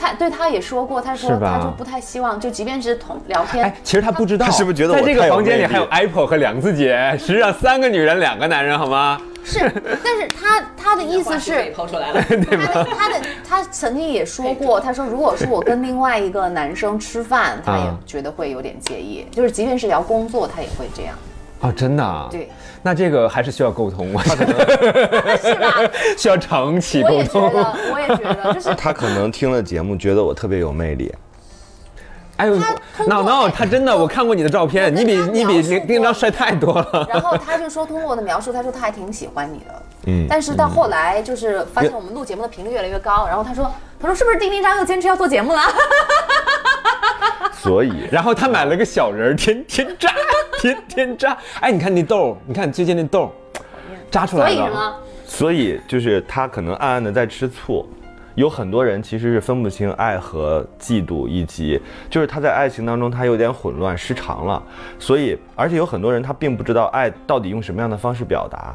D: 他对他也说过，他说
E: 是吧
D: 他就不太希望，就即便是同聊天，
E: 哎，其实他不知道，
C: 他是不是觉得我
E: 在这
C: 太
E: 个
C: 有
E: 房间里
C: 魅力
E: 还有 Apple 和梁子姐，实际上三个女人两个男人，好吗？
D: 是，但是他他的意思
G: 被
D: 是，
G: 抛出来 了。哎
D: 他的他的他曾经也说过，他说如果是我跟另外一个男生吃饭，他也
E: 啊
D: 觉得会有点介意，就是即便是聊工作，他也会这样，
E: 哦，真的啊，
D: 对，
E: 那这个还是需要沟通，我觉得
D: 是吧？
E: 需要长期
D: 我
E: 沟
D: 也觉
E: 通。
D: 得，我也觉得，就是
C: 他可能听了节目，觉得我特别有魅力。
E: 哎呦
D: 通，过
E: 闹闹，他真的，我看过你的照片，你比你比丁丁张帅太多了。
D: 然后他就说，通过我的描述，他说他还挺喜欢你的。
C: 嗯
D: 嗯，但是到后来就是发现我们录节目的频率越来越高，然后他说，他说是不是丁丁张又坚持要做节目了？
C: 所以，
E: 然后他买了个小人儿，天天炸，天天炸。哎，你看那豆儿，你看最近那豆儿，炸出
D: 所
E: 来
D: 以什
E: 了。
D: 么？
C: 所以就是他可能暗暗的在吃醋。有很多人其实是分不清爱和嫉妒，以及就是他在爱情当中他有点混乱失常了，所以而且有很多人他并不知道爱到底用什么样的方式表达，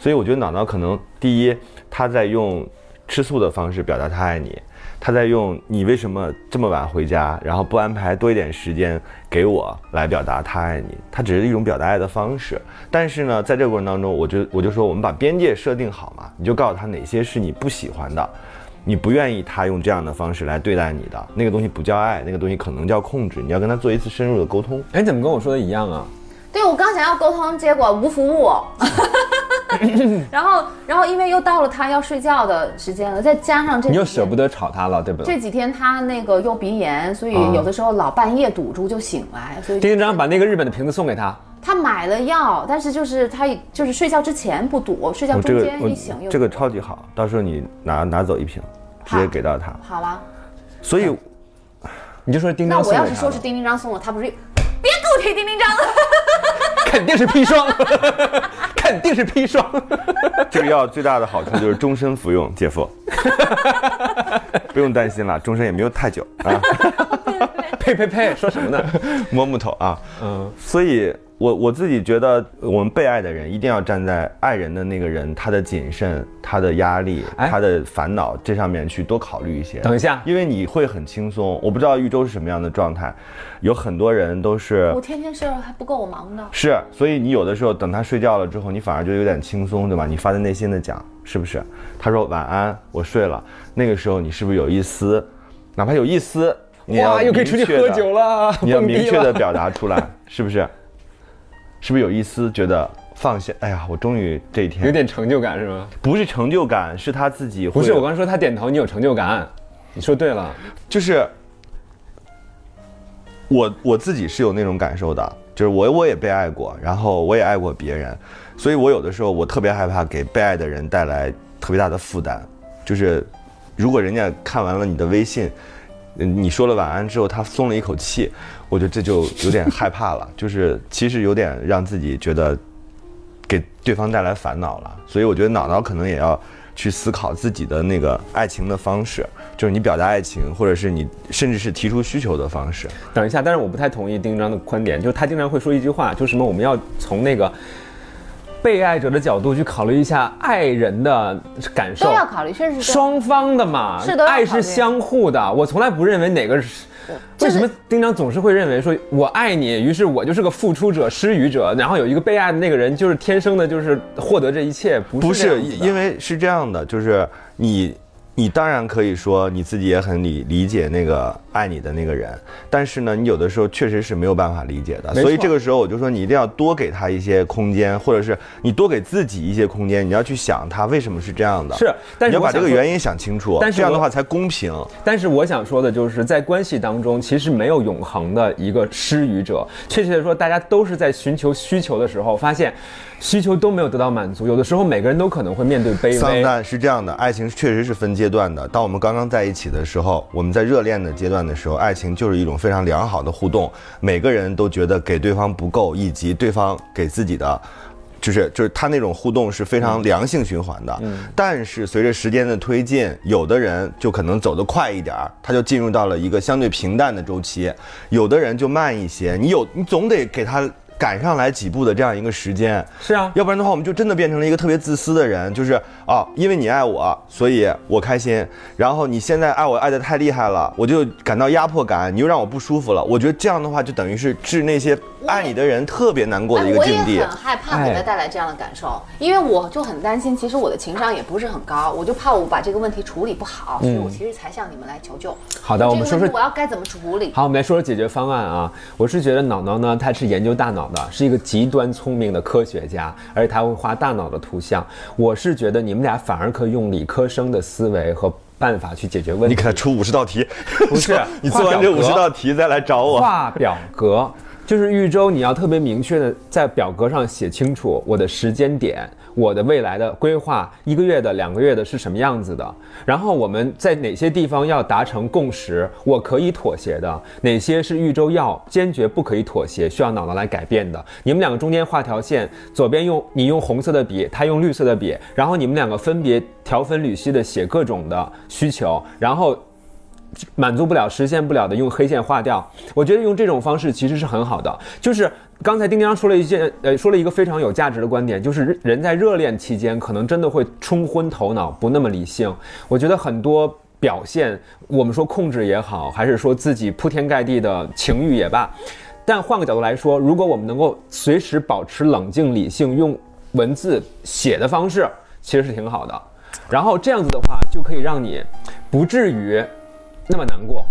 C: 所以我觉得脑脑可能第一他在用吃醋的方式表达他爱你，他在用你为什么这么晚回家，然后不安排多一点时间给我来表达他爱你，他只是一种表达爱的方式。但是呢，在这个过程当中，我就我就说我们把边界设定好嘛，你就告诉他哪些是你不喜欢的，你不愿意他用这样的方式来对待你的，那个东西不叫爱，那个东西可能叫控制，你要跟他做一次深入的沟通。
E: 哎，你怎么跟我说的一样啊？
D: 对，我刚想要沟通，结果无服 务。然后，然后因为又到了他要睡觉的时间了，再加上这
E: 你又
D: 几天
E: 舍不得吵他了，对不对？
D: 这几天他那个又鼻炎，所以
E: 啊
D: 有的时候老半夜堵住就醒来，所以
E: 丁丁张把那个日本的瓶子送给他，
D: 他买了药，但是就是他就是睡觉之前不堵，睡觉
C: 我这
D: 中
C: 个
D: 间一醒又
C: 我这个超级好，到时候你拿拿走一瓶，直接给到他。
D: 好吧。
C: 所以
E: 你就说丁丁
D: 那
E: 张
D: 我
E: 送给他
D: 要
E: 了。
D: 是说是丁丁张送了，他不是别给我提丁丁张了。
E: 肯定是砒霜， 肯定是砒霜。
C: 这个药最大的好处就是终身服用，姐夫， 不用担心了，终身也没有太久啊，
E: 呸呸呸，说什么呢？
C: 摸木头啊。
E: 嗯，
C: 所以我我自己觉得，我们被爱的人一定要站在爱人的那个人他的谨慎、他的压力、
E: 哎
C: 他的烦恼这上面去多考虑一些。
E: 等一下
C: 因为你会很轻松。我不知道玉州是什么样的状态，有很多人都是
A: 我天天事儿还不够我忙的。
C: 是，所以你有的时候等他睡觉了之后，你反而就有点轻松，对吧？你发自内心的讲，是不是？他说晚安，我睡了。那个时候你是不是有一丝，哪怕有一丝，你要
E: 哇，又可以出去
C: 明确
E: 喝
C: 地
E: 酒了，
C: 你要
E: 蹦迪
C: 明确的
E: 了
C: 表达出来， 是不是？是不是有一丝觉得放下？哎呀，我终于这一天
E: 有点成就感是吗？
C: 不是成就感，是他自己会
E: 不是，我刚说他点头，你有成就感，你说对了，
C: 就是我我自己是有那种感受的，就是我我也被爱过，然后我也爱过别人，所以我有的时候我特别害怕给被爱的人带来特别大的负担，就是如果人家看完了你的微信。嗯你说了晚安之后，他松了一口气，我觉得这就有点害怕了， 就是其实有点让自己觉得给对方带来烦恼了。所以我觉得脑脑可能也要去思考自己的那个爱情的方式，就是你表达爱情，或者是你甚至是提出需求的方式。
E: 等一下，但是我不太同意丁章的观点，就是他经常会说一句话，就是什么我们要从那个被爱者的角度去考虑一下爱人的感受
A: 都，要考虑，确实是这样。
E: 双方的嘛，
A: 是都要
E: 爱
A: 考
E: 是
A: 虑
E: 相互的。我从来不认为哪个是。为什么丁章总是会认为说我爱你，于是我就是个付出者、施予者，然后有一个被爱的那个人就是天生的，就是获得这一切，
C: 不
E: 不是这
C: 是，
E: 样子的
C: 因为是这样的，就是你，你当然可以说你自己也很理理解那个爱你的那个人，但是呢，你有的时候确实是没有办法理解的，
E: 没
C: 所以
E: 错
C: 这个时候我就说你一定要多给他一些空间，或者是你多给自己一些空间，你要去想他为什么是这样的，
E: 是但是
C: 你要
E: 我
C: 把这
E: 想
C: 个
E: 说
C: 原因想清楚，
E: 但是
C: 这样的
E: 我
C: 话才公平。
E: 但是我想说的就是，在关系当中，其实没有永恒的一个施予者。确切的说，大家都是在寻求需求的时候，发现需求都没有得到满足。有的时候，每个人都可能会面对卑
C: 桑
E: 微。
C: 蛋是这样的，爱情确实是分阶段的。当我们刚刚在一起的时候，我们在热恋的阶段的时候，爱情就是一种非常良好的互动，每个人都觉得给对方不够，以及对方给自己的。就是 就是他那种互动是非常良性循环的，但是随着时间的推进，有的人就可能走得快一点儿，他就进入到了一个相对平淡的周期；有的人就慢一些，你有你总得给他赶上来几步的这样一个时间。
E: 是啊，
C: 要不然的话，我们就真的变成了一个特别自私的人，就是啊，因为你爱我，所以我开心。然后你现在爱我爱的太厉害了，我就感到压迫感，你又让我不舒服了。我觉得这样的话，就等于是置那些爱你的人特别难
A: 哎
C: 过的一个
D: 我
C: 境地
D: 也很。害怕给他带来这样的感受，因为我就很担心，其实我的情商也不是很高，我就怕我把这个问题处理不好，所以我其实才向你们来求救。
E: 好嗯啊的，我们
D: 这
E: 说
D: 个问
E: 说
D: 题我要该怎么处理？
E: 好，我们来说说解决方案啊。我是觉得脑脑呢，他是研究大脑的，是一个极端聪明的科学家，而且他会画大脑的图像。我是觉得你们俩反而可以用理科生的思维和办法去解决问
C: 你
E: 题
C: 给。他出五十道题，不
E: 是
C: 你做完这
E: 画表格
C: 五十道题再来找 我。
E: 画表格，就是豫州，你要特别明确的在表格上写清楚我的时间点，我的未来的规划，一个月的、两个月的是什么样子的，然后我们在哪些地方要达成共识，我可以妥协的，哪些是豫州要坚决不可以妥协，需要脑脑来改变的。你们两个中间画条线，左边用你用红色的笔，他用绿色的笔，然后你们两个分别条分缕析的写各种的需求，然后满足不了、实现不了的，用黑线划掉。我觉得用这种方式其实是很好的。就是刚才丁丁说了一件，呃，说了一个非常有价值的观点，就是人在热恋期间可能真的会冲昏头脑，不那么理性。我觉得很多。表现，我们说控制也好，还是说自己铺天盖地的情欲也罢，但换个角度来说，如果我们能够随时保持冷静理性，用文字写的方式，其实是挺好的。然后这样子的话，就可以让你不至于那么难过，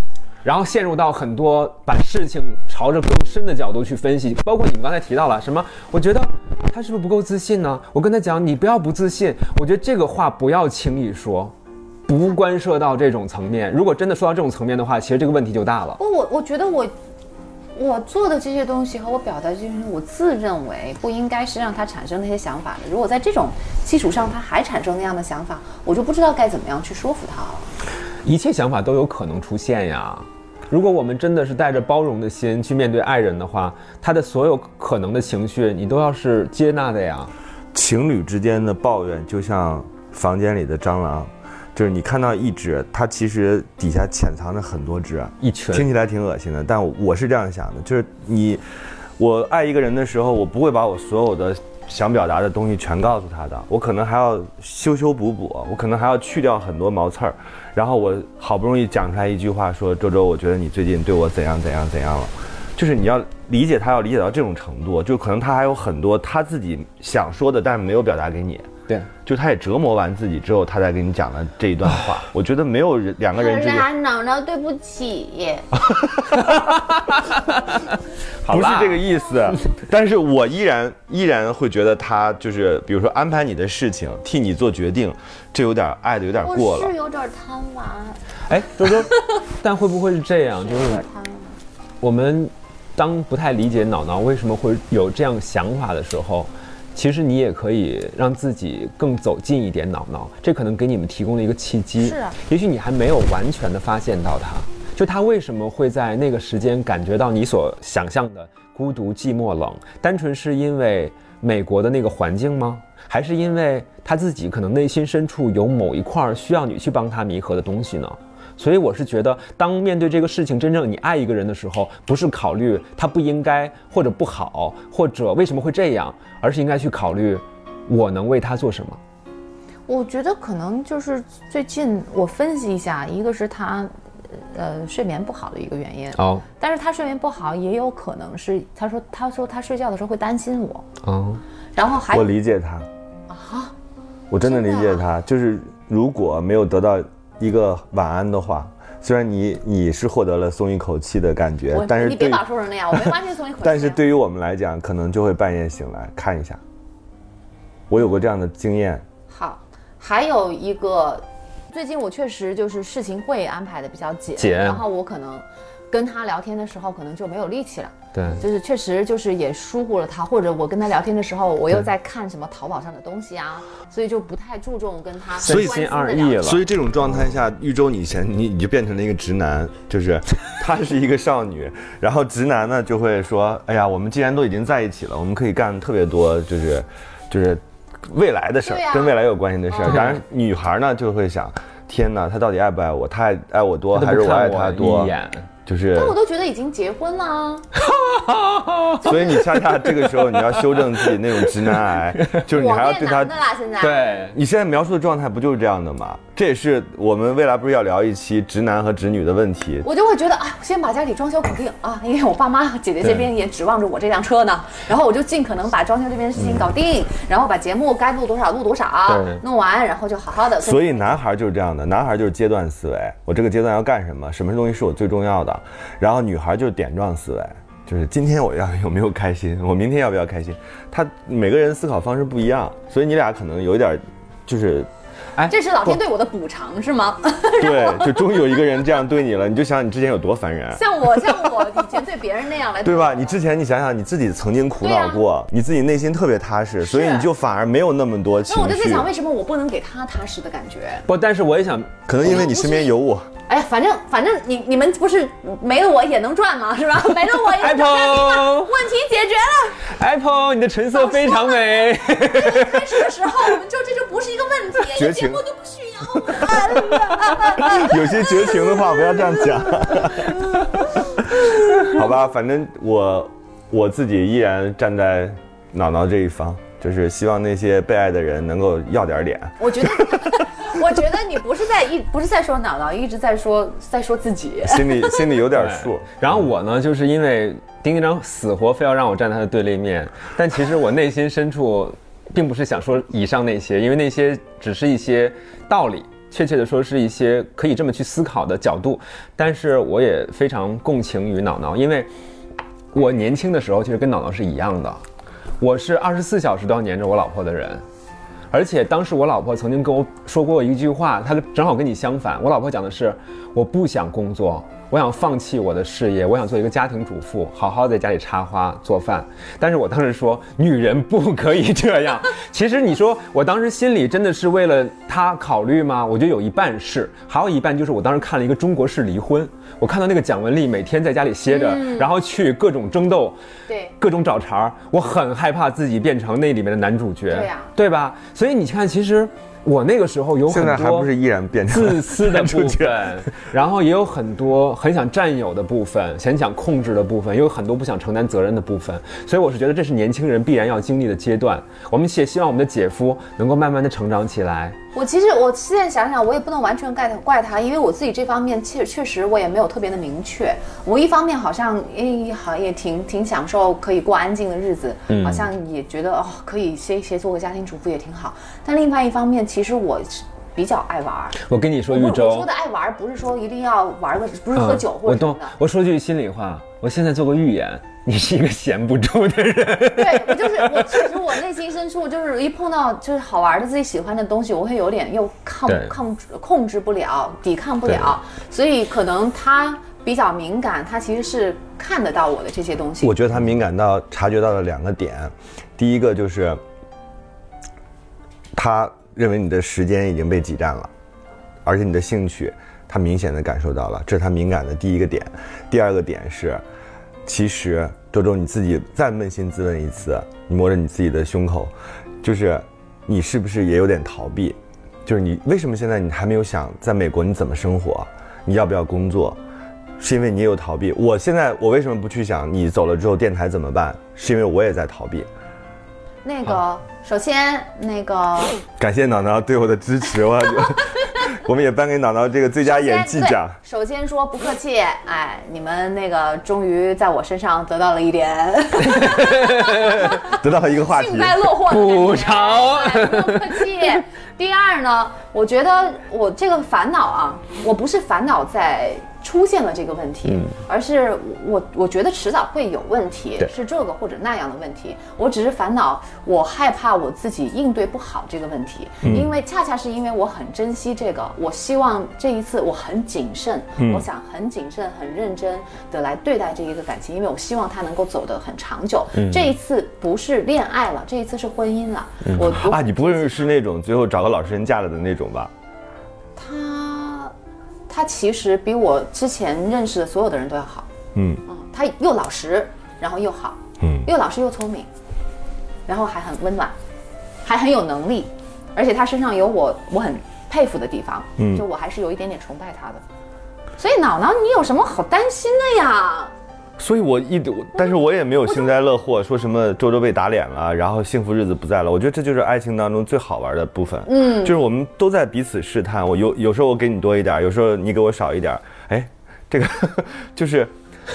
E: 然后陷入到很多把事情朝着更深的角度去分析，包括你们刚才提到了什么，我觉得他是不是不够自信呢？我跟他讲，你不要不自信，我觉得这个话不要轻易说，不关涉到这种层面。如果真的说到这种层面的话，其实这个问题就大了。
A: 不，我我觉得我我做的这些东西和我表达的这些东西，我自认为不应该是让他产生那些想法的。如果在这种基础上他还产生那样的想法，我就不知道该怎么样去说服他了。
E: 一切想法都有可能出现呀。如果我们真的是带着包容的心去面对爱人的话，他的所有可能的情绪，你都要是接纳的呀。
C: 情侣之间的抱怨就像房间里的蟑螂，就是你看到一只，它其实底下潜藏着很多只。
E: 一群
C: 听起来挺恶心的，但我是这样想的，就是你，我爱一个人的时候，我不会把我所有的想表达的东西全告诉他的，我可能还要修修补补，我可能还要去掉很多毛刺儿，然后我好不容易讲出来一句话说，周周，我觉得你最近对我怎样怎样怎样了，就是你要理解他，要理解到这种程度，就可能他还有很多他自己想说的，但是没有表达给你。
E: 对，
C: 就他也折磨完自己之后，他再给你讲了这一段话。我觉得没有人两个人之间
D: 挠挠，对不起。
E: 好
C: 不是
E: 啦
C: 这个意思，但是我依然依然会觉得他就是，比如说安排你的事情，替你做决定，这有点爱的有点过了。
D: 有点贪玩，
E: 哎，周周，但会不会是这样？就是
D: 贪玩。
E: 我们当不太理解脑脑为什么会有这样想法的时候，其实你也可以让自己更走近一点脑脑，这可能给你们提供了一个契机。
D: 是啊
E: 也许你还没有完全的发现到他，就他为什么会在那个时间感觉到你所想象的孤独、寂寞、冷，单纯是因为美国的那个环境吗？还是因为他自己可能内心深处有某一块儿需要你去帮他弥合的东西呢？所以我是觉得，当面对这个事情，真正你爱一个人的时候，不是考虑他不应该或者不好，或者为什么会这样，而是应该去考虑我能为他做什么。
D: 我觉得可能就是最近我分析一下，一个是他，呃，睡眠不好的一个原因，
E: 哦
D: 但是他睡眠不好也有可能是他说他说他睡觉的时候会担心我，
E: 哦，
D: 然后还
C: 我
D: 有
C: 理解他啊，我真的理解
D: 啊
C: 他，就是如果没有得到一个晚安的话，虽然你你是获得了松一口气的感觉
D: 我，
C: 但是
D: 你别
C: 对
D: 把说成那样，我没完全从你口
C: 但是对于我们来讲，可能就会半夜醒来看一下。我有过这样的经验，
D: 好，还有一个，最近我确实就是事情会安排的比较紧，
E: 紧
D: 然后我可能跟他聊天的时候可能就没有力气了。
E: 对，
D: 就是确实就是也疏忽了他，或者我跟他聊天的时候，我又在看什么淘宝上的东西啊，所以就不太注重跟他
C: 所以
D: 关心
E: 心二
D: 的
E: 意
D: 聊。
E: 了。
C: 所以这种状态下，玉州你前你你就变成了一个直男，就是 她是一个少女，然后直男呢就会说，哎呀，我们既然都已经在一起了，我们可以干特别多，就是就是未来的事儿，
D: 对啊
C: 跟未来有关系的事儿。然而女孩呢就会想，天哪，他到底爱不爱我？他爱爱我多
E: 他
C: 还
E: 都
C: 是
E: 不
C: 我爱
E: 看
C: 他
E: 我
C: 多
E: 一？眼，
C: 就是
D: 但，我都觉得已经结婚了 啊，
C: 所以你恰恰这个时候你要修正自己那种直男 癌，就是你
D: 我
C: 还要
D: 变
C: 对他
D: 男的啦，现在。
E: 对，
C: 你现在描述的状态不就是这样的吗？这也是我们未来不是要聊一期直男和直女的问题。
D: 我就会觉得，哎，我先把家里装修搞定啊，因为我爸妈姐姐这边也指望着我这辆车呢。然后我就尽可能把装修这边的事
C: 嗯
D: 情搞定，然后把节目该录多少录多少
E: 对，
D: 弄完，然后就好好的。
C: 所以男孩就是这样的，男孩就是阶段思维，我这个阶段要干什么，什么东西是我最重要的。然后女孩就是点状思维，就是今天我要有没有开心，我明天要不要开心。他每个人思考方式不一样，所以你俩可能有一点，就是
E: 哎
D: 这是老天对我的补偿是吗？
C: 对，就终于有一个人这样对你了，你就想你之前有多烦 人。
D: 像我像我以前对别人那样来，
C: 对吧？你之前你想想你自己曾经苦恼过，你自己内心特别踏实，所以你就反而没有那么多情
D: 那我就在
C: 绪。
D: 想，为什么我不能给他踏实的感觉？
E: 不，但是我也想，
C: 可能因为你身边有我，
D: 哎呀，反正反正你你们不是没了我也能赚吗？ 是吧？没了我也能赚，
E: Apple
D: 问题解决了。
E: Apple，你的唇色非常美。
D: 开始的时候我们就这就不是一个问题，一
C: 绝
D: 个
C: 情
D: 节目都不需要。
C: 有些绝情的话不要这样讲，好吧？反正我我自己依然站在脑脑这一方，就是希望那些被爱的人能够要点脸。
D: 我觉得，我觉得你不是在一不是在说姥姥，一直在说在说自己。
C: 心里心里有点数，
E: 然后我呢，就是因为丁丁张死活非要让我站他的对立面，但其实我内心深处，并不是想说以上那些，因为那些只是一些道理，确切的说是一些可以这么去思考的角度。但是我也非常共情于脑脑，因为我年轻的时候其实跟脑脑是一样的，我是二十四小时都要黏着我老婆的人。而且当时我老婆曾经跟我说过一句话，她正好跟你相反。我老婆讲的是，我不想工作，我想放弃我的事业，我想做一个家庭主妇，好好在家里插花做饭。但是我当时说，女人不可以这样。 其实你说我当时心里真的是为了她考虑吗？我觉得有一半是，还有一半就是我当时看了一个《中国式离婚》，我看到那个蒋雯丽每天在家里歇着，然后去各种争斗。
D: 对，
E: 各种找茬儿，我很害怕自己变成那里面的男主角，
D: 对呀
E: 对吧？所以你看，其实我那个时候有很
C: 现
E: 多
C: 在还不是依然变成
E: 自私的
C: 出
E: 部
C: 去
E: 分，然后也有很多很想占有的部分，很想控制的部分，也有很多不想承担责任的部分。所以我是觉得这是年轻人必然要经历的阶段。我们也希望我们的姐夫能够慢慢的成长起来。
D: 我其实我现在想想，我也不能完全怪他怪他，因为我自己这方面确确实我也没有特别的明确。我一方面好像诶，好像也挺挺享受可以过安静的日子，
E: 嗯
D: 好像也觉得哦可以谁谁做个家庭主妇也挺好。但另外一方面，其实我是比较爱玩儿。
E: 我跟你说，
D: 我
E: 玉
D: 我
E: 州
D: 说的，爱玩儿，不是说一定要玩个，不是喝酒或
E: 嗯我
D: 者什么
E: 懂
D: 的。。
E: 我说句心里话，我现在做个预言，你是一个闲不住的人。
D: 对我就是我，确实我内心深处就是一碰到就是好玩的自己喜欢的东西，我会有点又抗
E: 对
D: 抗控制不了，抵抗不了，所以可能他比较敏感，他其实是看得到我的这些东西
C: 我。觉得他敏感到察觉到了两个点，第一个就是他认为你的时间已经被挤占了，而且你的兴趣他明显的感受到了，这是他敏感的第一个点。第二个点是，其实周周你自己再扪心自问一次，你摸着你自己的胸口，就是你是不是也有点逃避？就是你为什么现在你还没有想在美国你怎么生活？你要不要工作？是因为你也有逃避。我现在我为什么不去想你走了之后电台怎么办？是因为我也在逃避。
D: 那
E: 啊
D: 个，首先那个
C: 感谢脑脑对我的支持，我 我们也颁给脑脑这个最佳 演技奖。
D: 首先说不客气，哎，你们那个终于在我身上得到了一点
C: 得到一个话题
D: 幸，灾乐祸的感觉
E: 补偿
D: 哎不用客气。第二呢，啊我觉得我这个烦恼啊，我不是烦恼在出现了这个问题，而是我我觉得迟早会有问题
E: 对，
D: 是这个或者那样的问题。我只是烦恼，我害怕我自己应对不好这个问题，因为恰恰是因为我很珍惜这个，我希望这一次我很谨慎，我想很谨慎、很认真的来对待这一个感情，因为我希望它能够走得很长久。这一次不是恋爱了，这一次是婚姻了。我我
C: 啊，你不会是那种最后找个老实人嫁了的那种吧？
D: 他他其实比我之前认识的所有的人都要好。
C: 嗯
D: 嗯，他又老实，然后又好，
C: 嗯
D: 又老实又聪明，然后还很温暖，还很有能力，而且他身上有我我很佩服的地方，
C: 嗯
D: 就我还是有一点点崇拜他的。所以脑脑，你有什么好担心的呀？
C: 所以我一直，我但是我也没有幸灾乐祸，说什么周周被打脸了，然后幸福日子不在了。我觉得这就是爱情当中最好玩的部分。嗯，就是我们都在彼此试探。我有有时候我给你多一点，有时候你给我少一点。哎，这个 就是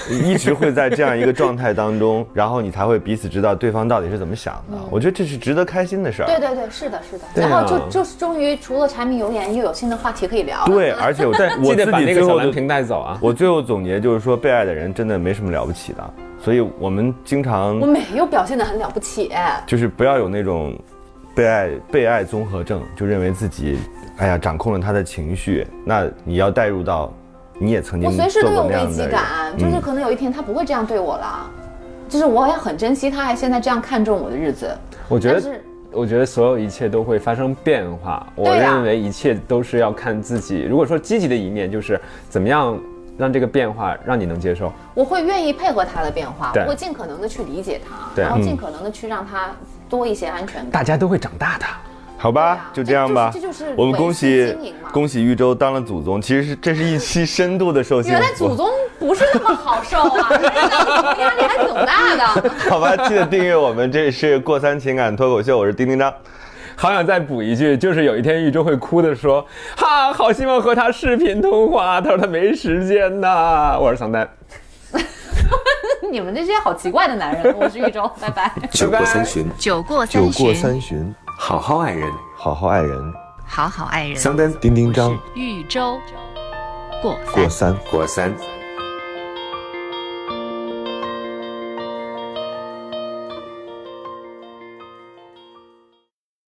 C: 一直会在这样一个状态当中，然后你才会彼此知道对方到底是怎么想的。我觉得这是值得开嗯心的事儿。
D: 对对对，是的，是的。
E: 对啊
D: 然后就就是终于除了柴米油盐，又有新的话题可以聊。
C: 对，而且我我
E: 记得
C: 自
E: 把
C: 己
E: 那
C: 最
E: 个小
C: 后
E: 蓝
C: 的
E: 瓶带走啊！
C: 我最后总结就是说，被爱的人真的没什么了不起的。所以我们经常
D: 我没有表现得很了不起，哎
C: 就是不要有那种被爱被爱综合症，就认为自己哎呀掌控了他的情绪。那你要带入到你也曾经
D: 我随时
C: 做
D: 都有
C: 过那
D: 危
C: 样的
D: 机
C: 人嗯
D: 感，啊就是可能有一天他不会这样对我了，就是我也很珍惜他还现在这样看重我的日子。
E: 我觉
D: 但
E: 得
D: 是，
E: 我觉得所有一切都会发生变化。我
D: 对啊呀
E: 认为一切都是要看自己。如果说积极的一面，就是怎么样让这个变化让你能接受。
D: 我会愿意配合他的变化，
E: 对
D: 我会尽可能的去理解他，
E: 对
D: 然后
C: 嗯
D: 尽可能的去让他多一些安全感。
E: 大家都会长大的。
C: 好
D: 对
C: 吧
D: 啊，
C: 就这样吧。
D: 这就是这就是
C: 我们恭
D: 维
C: 喜
D: 系经营嘛
C: 恭喜玉州当了祖宗，其实是这是一期深度的受幸
D: 原来祖
C: 福。
D: 宗不是那么好受啊， 压力还挺大的。
C: 好吧，记得订阅我们，这里是过三情感脱口秀，我是丁丁张。
E: 好想再补一句，就是有一天玉州会哭的说：“哈，好希望和他视频通话。”他说他没时间呐。我是桑丹。
D: 你们这些好奇怪的男人，我是玉州，拜拜。
A: 酒过三巡，
B: 酒过三巡，
C: 巡，
A: 好好爱人。
C: 好好爱人，
B: 好好爱人。
A: 桑丹
C: 丁丁哎
B: 豫州过三。
A: 过三。